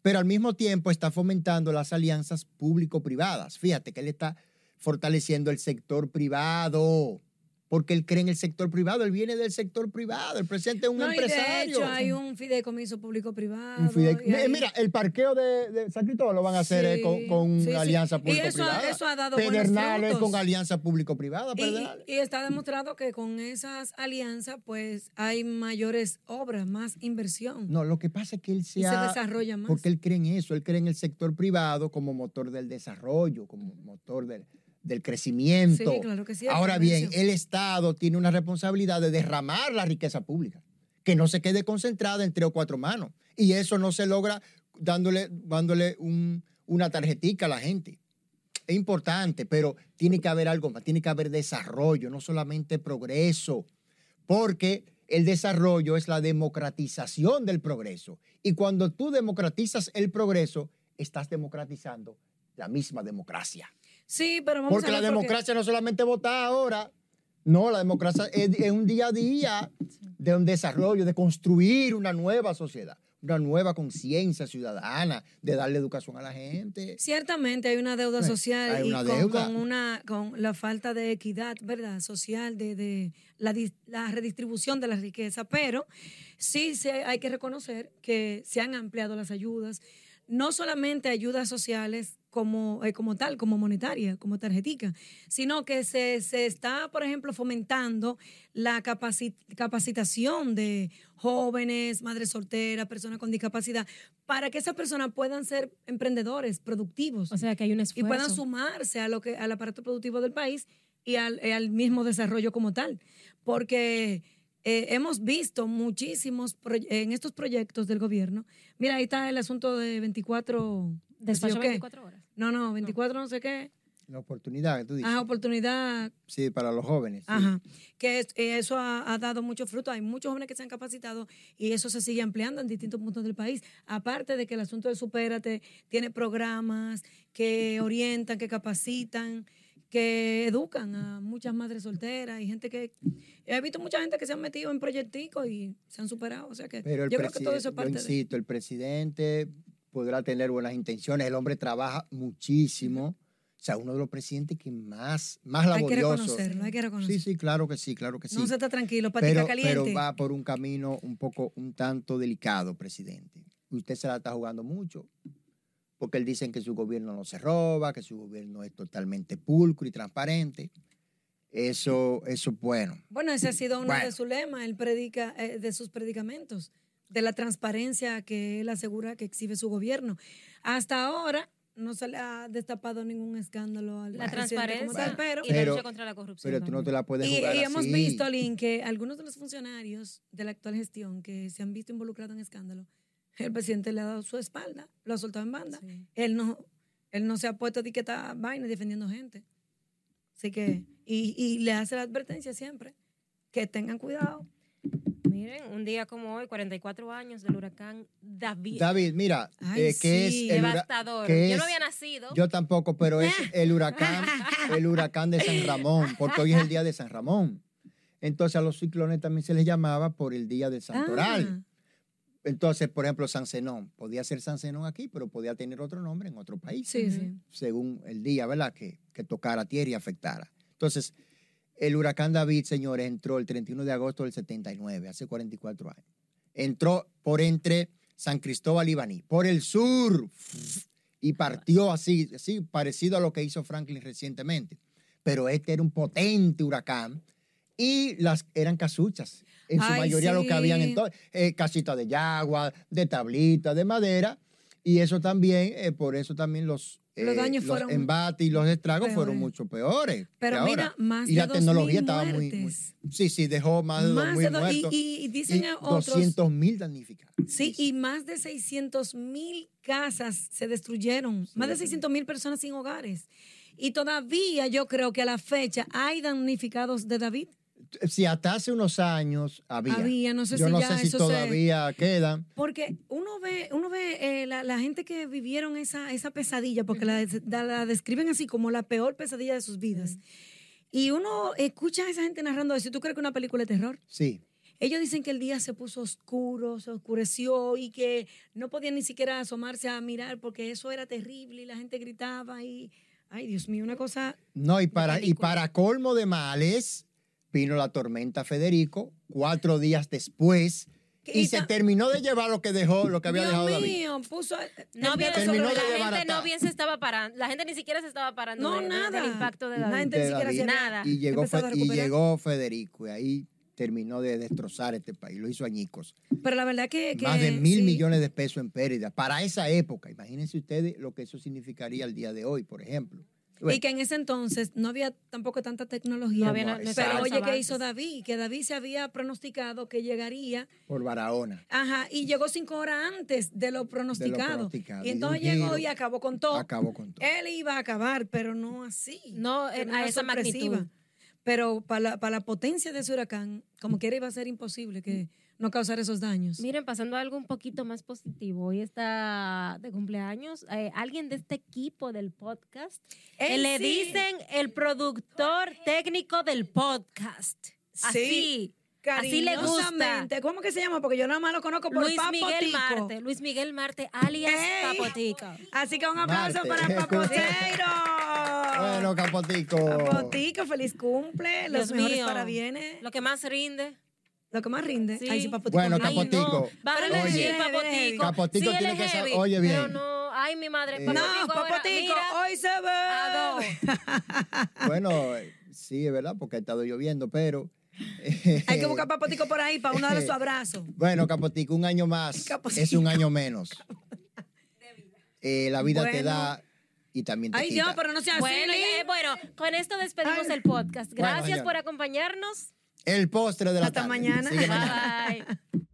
Speaker 1: Pero al mismo tiempo está fomentando las alianzas público-privadas. Fíjate que él está fortaleciendo el sector privado, porque él cree en el sector privado, él viene del sector privado, el presidente es un
Speaker 3: No, y de
Speaker 1: empresario.
Speaker 3: hecho hay un fideicomiso público-privado.
Speaker 1: Un fideic-
Speaker 3: y hay-
Speaker 1: Eh, Mira, el parqueo de, de San Cristóbal lo van a hacer eh,
Speaker 3: Sí,
Speaker 1: con, con
Speaker 3: sí, sí.
Speaker 1: alianza
Speaker 3: Y
Speaker 1: público-privada.
Speaker 3: eso ha- eso ha dado buenos
Speaker 1: Pedernales
Speaker 3: frutos.
Speaker 1: con alianza público-privada.
Speaker 3: Y- y-
Speaker 1: Pedernales.
Speaker 3: Y, está demostrado que con esas alianzas, pues hay mayores obras, más inversión.
Speaker 1: No, lo que pasa es que él
Speaker 3: y
Speaker 1: se
Speaker 3: se
Speaker 1: ha...
Speaker 3: desarrolla más.
Speaker 1: Porque él cree en eso, él cree en el sector privado como motor del desarrollo, como motor del, del
Speaker 3: sí,
Speaker 1: crecimiento.
Speaker 3: claro que sí. el
Speaker 1: Ahora bien,
Speaker 3: comercio.
Speaker 1: el Estado tiene una responsabilidad de derramar la riqueza pública, que no se quede concentrada en tres o cuatro manos. Y eso no se logra dándole, dándole un- una tarjetica a la gente. Es importante, pero tiene que haber algo más, tiene que haber desarrollo, no solamente progreso, porque el desarrollo es la democratización del progreso. Y cuando tú democratizas el progreso, estás democratizando la misma democracia.
Speaker 3: sí, pero vamos
Speaker 1: Porque
Speaker 3: a
Speaker 1: la
Speaker 3: ver por qué.
Speaker 1: democracia no solamente vota ahora. No, la democracia es, es un día a día de un desarrollo, de construir una nueva sociedad, una nueva conciencia ciudadana, de darle educación a la gente.
Speaker 3: Ciertamente hay una deuda
Speaker 1: Sí,
Speaker 3: social
Speaker 1: hay
Speaker 3: y
Speaker 1: una
Speaker 3: con,
Speaker 1: deuda.
Speaker 3: con una con la falta de equidad, ¿verdad? Social de, de la, dis- la redistribución de la riqueza, pero sí se, hay que reconocer que se han ampliado las ayudas, no solamente ayudas sociales como eh, como tal, como monetaria, como tarjetica, sino que se, se está, por ejemplo, fomentando la capaci- capacitación de jóvenes, madres solteras, personas con discapacidad, para que esas personas puedan ser emprendedores, productivos
Speaker 2: O sea, que hay un
Speaker 3: y
Speaker 2: esfuerzo.
Speaker 3: puedan sumarse a lo que al aparato productivo del país y al, eh, al mismo desarrollo como tal. Porque eh, hemos visto muchísimos proye- en estos proyectos del gobierno. Mira, ahí está el asunto de 24.
Speaker 2: Despacho
Speaker 3: ¿sí o qué?
Speaker 2: 24 horas.
Speaker 3: No, no, 24 no sé qué.
Speaker 1: La oportunidad que tú dices.
Speaker 3: Ah, oportunidad
Speaker 1: Sí, para los jóvenes. sí.
Speaker 3: Ajá. Que es- eh, eso ha, ha dado mucho fruto. Hay muchos jóvenes que se han capacitado y eso se sigue ampliando en distintos puntos del país. Aparte de que el asunto de Supérate tiene programas que orientan, que capacitan, que educan a muchas madres solteras y gente que. He visto mucha gente que se han metido en proyecticos y se han superado. O sea que
Speaker 1: Pero el
Speaker 3: yo creo que todo eso es
Speaker 1: presidente-
Speaker 3: parte
Speaker 1: yo
Speaker 3: de.
Speaker 1: insisto, el presidente podrá tener buenas intenciones, el hombre trabaja muchísimo, o sea, uno de los presidentes que más, más
Speaker 3: Hay que
Speaker 1: laborioso.
Speaker 3: reconocerlo, hay que
Speaker 1: Sí,
Speaker 3: reconocerlo.
Speaker 1: sí, claro que sí, claro que sí.
Speaker 3: No se está tranquilo, patica
Speaker 1: pero,
Speaker 3: caliente.
Speaker 1: pero va por un camino un poco, un tanto delicado, presidente. Usted se la está jugando mucho, porque él dicen que su gobierno no se roba, que su gobierno es totalmente pulcro y transparente. Eso, eso es bueno.
Speaker 3: Bueno, ese ha sido uno
Speaker 1: Mm, Bueno.
Speaker 3: de sus lemas, él predica, eh, de sus predicamentos, de la transparencia que él asegura que exhibe su gobierno. Hasta ahora no se le ha destapado ningún escándalo al
Speaker 2: La
Speaker 3: presidente
Speaker 2: transparencia
Speaker 3: como tal, pero
Speaker 2: y
Speaker 1: Pero-
Speaker 2: la lucha contra la corrupción.
Speaker 1: Pero tú no te
Speaker 2: también.
Speaker 1: la puedes
Speaker 3: y,
Speaker 1: jugar
Speaker 3: y hemos
Speaker 1: así.
Speaker 3: visto, Lin, que algunos de los funcionarios de la actual gestión que se han visto involucrados en escándalo, el presidente le ha dado su espalda, lo ha soltado en banda.
Speaker 2: Sí.
Speaker 3: Él no, él no se ha puesto etiqueta vaina defendiendo gente. Así que, y, y le hace la advertencia siempre, que tengan cuidado.
Speaker 2: Miren, un día como hoy, 44 años del huracán David.
Speaker 1: David, mira,
Speaker 3: Ay,
Speaker 1: eh, que
Speaker 3: sí,
Speaker 1: es el hura-
Speaker 2: devastador.
Speaker 1: que
Speaker 2: Yo
Speaker 1: es-
Speaker 2: no había nacido.
Speaker 1: Yo tampoco, pero es el huracán, el huracán de San Ramón, porque hoy es el día de San Ramón. Entonces a los ciclones también se les llamaba por el día del santoral.
Speaker 3: Ah.
Speaker 1: Entonces, por ejemplo, San Zenón. Podía ser San Zenón aquí, pero podía tener otro nombre en otro país,
Speaker 3: Sí,
Speaker 2: Ujú.
Speaker 3: sí.
Speaker 1: según el día, ¿verdad? Que, que tocara tierra y afectara. Entonces, el huracán David, señores, entró el 31 de agosto del 79, hace 44 años. Entró por entre San Cristóbal y Baní, por el sur, y partió así, así, parecido a lo que hizo Franklin recientemente. Pero este era un potente huracán y las eran casuchas. En su
Speaker 3: Ay,
Speaker 1: mayoría lo que habían
Speaker 3: sí.
Speaker 1: entonces, eh, casitas de yagua, de tablita, de madera. Y eso también, eh, por eso también los
Speaker 3: Los daños
Speaker 1: los
Speaker 3: fueron
Speaker 1: embates y los estragos
Speaker 3: peores.
Speaker 1: fueron mucho peores.
Speaker 3: Pero
Speaker 1: que
Speaker 3: mira,
Speaker 1: ahora.
Speaker 3: más
Speaker 1: y
Speaker 3: de
Speaker 1: la tecnología
Speaker 3: 2.000
Speaker 1: estaba muy, muy-
Speaker 3: muertes.
Speaker 1: Sí, sí, dejó más de
Speaker 3: Más
Speaker 1: 2.000
Speaker 3: de do- y,
Speaker 1: muertos.
Speaker 3: y- y dicen a otros.
Speaker 1: 200 mil damnificados.
Speaker 3: Sí, y más de 600 mil casas se destruyeron, más de 600 mil personas sin hogares. Y todavía yo creo que a la fecha hay damnificados de David.
Speaker 1: Si hasta hace unos años había.
Speaker 3: Había, no sé
Speaker 1: Yo
Speaker 3: si
Speaker 1: no
Speaker 3: ya
Speaker 1: sé si
Speaker 3: eso se-
Speaker 1: todavía quedan.
Speaker 3: Porque uno ve, uno ve eh, la, la gente que vivieron esa, esa pesadilla, porque la, des- da- la describen así como la peor pesadilla de sus vidas. Y uno escucha a esa gente narrando eso. ¿Tú crees que una película de terror?
Speaker 1: Sí.
Speaker 3: Ellos dicen que el día se puso oscuro, se oscureció y que no podían ni siquiera asomarse a mirar porque eso era terrible y la gente gritaba y, ay Dios mío, una cosa...
Speaker 1: No, y para, y
Speaker 3: película.
Speaker 1: para colmo de males, vino la tormenta Federico cuatro días después
Speaker 3: Que-
Speaker 1: y
Speaker 3: y
Speaker 1: se
Speaker 3: ta-
Speaker 1: terminó de llevar lo que dejó, lo que había
Speaker 3: Dios
Speaker 1: dejado David.
Speaker 3: mío, puso...
Speaker 2: No bien,
Speaker 1: Terminó de
Speaker 2: sobre- la gente
Speaker 1: desbaratar.
Speaker 2: no bien se estaba parando. La gente ni siquiera se estaba parando
Speaker 3: No,
Speaker 2: de- de-
Speaker 3: nada.
Speaker 2: del impacto de
Speaker 3: La
Speaker 2: David.
Speaker 3: gente ni
Speaker 1: De
Speaker 3: siquiera
Speaker 1: David.
Speaker 3: se
Speaker 2: Nada.
Speaker 1: Y llegó,
Speaker 3: Empezado
Speaker 1: Fe-
Speaker 3: a
Speaker 1: y
Speaker 3: recuperar.
Speaker 1: llegó Federico y ahí terminó de destrozar este país, lo hizo añicos.
Speaker 3: Pero la verdad que... que
Speaker 1: Más de mil
Speaker 3: sí.
Speaker 1: millones de pesos en pérdida para esa época. Imagínense ustedes lo que eso significaría al día de hoy, por ejemplo. Bueno,
Speaker 3: Y que en ese entonces no había tampoco tanta tecnología.
Speaker 2: No había na-
Speaker 1: no
Speaker 3: pero
Speaker 1: estaban
Speaker 2: los
Speaker 3: oye, ¿qué
Speaker 2: avances.
Speaker 3: hizo David? Que David se había pronosticado que llegaría
Speaker 1: por Barahona.
Speaker 3: Ajá, y llegó cinco horas antes de lo pronosticado.
Speaker 1: pronosticado,
Speaker 3: Y
Speaker 1: y dio un
Speaker 3: entonces llegó
Speaker 1: giro.
Speaker 3: y acabó con todo.
Speaker 1: Acabó con todo.
Speaker 3: Él iba a acabar, pero no así.
Speaker 2: No,
Speaker 3: Fue
Speaker 2: en-
Speaker 3: una
Speaker 2: a esa
Speaker 3: sorpresiva.
Speaker 2: magnitud.
Speaker 3: Pero para la, para la potencia de ese huracán, como quiera, iba a ser imposible que no causar esos daños.
Speaker 2: Miren, pasando a algo un poquito más positivo. Hoy está de cumpleaños eh, alguien de este equipo del podcast. que
Speaker 3: Él
Speaker 2: le
Speaker 3: sí.
Speaker 2: dicen el productor técnico del podcast. Así.
Speaker 3: Sí,
Speaker 2: así le gusta.
Speaker 3: Cariñosamente. ¿Cómo que se llama? Porque yo nada más lo conozco por
Speaker 2: Luis
Speaker 3: Papotico.
Speaker 2: Miguel Marte. Luis Miguel Marte, alias
Speaker 3: Ey.
Speaker 2: Papotico.
Speaker 3: Así que un aplauso
Speaker 1: Marte.
Speaker 3: para Papoteiro.
Speaker 1: Bueno, Capotico.
Speaker 3: Papotico, feliz cumple. Los
Speaker 2: Dios
Speaker 3: mejores
Speaker 2: mío.
Speaker 3: parabienes.
Speaker 2: Lo que más rinde.
Speaker 3: Lo que más rinde.
Speaker 2: Sí.
Speaker 3: Ahí sí, Papotico.
Speaker 1: Bueno,
Speaker 3: Ay,
Speaker 1: Capotico.
Speaker 2: Ay, no. Van a
Speaker 3: Pero él es
Speaker 2: decir
Speaker 3: heavy, él es heavy.
Speaker 2: Papotico.
Speaker 1: Capotico
Speaker 2: sí, él
Speaker 1: tiene
Speaker 2: es
Speaker 1: que sa-
Speaker 2: heavy,
Speaker 1: oye
Speaker 2: Pero
Speaker 1: bien.
Speaker 2: no, ay, mi madre.
Speaker 1: Eh,
Speaker 3: No,
Speaker 2: Papotico, ahora,
Speaker 3: Papotico,
Speaker 2: mira,
Speaker 3: hoy se ve.
Speaker 2: a dos.
Speaker 1: Bueno, eh, sí, es verdad, porque ha estado lloviendo, pero. eh,
Speaker 3: Hay que buscar Papotico por ahí para uno darle su abrazo.
Speaker 1: Bueno, Capotico, un año más
Speaker 3: Capotico.
Speaker 1: es un año menos. Eh, la vida te
Speaker 3: Bueno.
Speaker 1: da y también te
Speaker 3: Ay,
Speaker 1: quita.
Speaker 3: Dios, pero no sea
Speaker 2: Bueno,
Speaker 3: así.
Speaker 2: ya, eh, bueno, con esto despedimos
Speaker 3: Ay.
Speaker 2: el podcast.
Speaker 1: Bueno,
Speaker 2: Gracias
Speaker 1: señora.
Speaker 2: por acompañarnos.
Speaker 1: El postre de la
Speaker 3: Hasta
Speaker 1: tarde.
Speaker 3: mañana.
Speaker 1: Sigue mañana.
Speaker 2: Bye bye.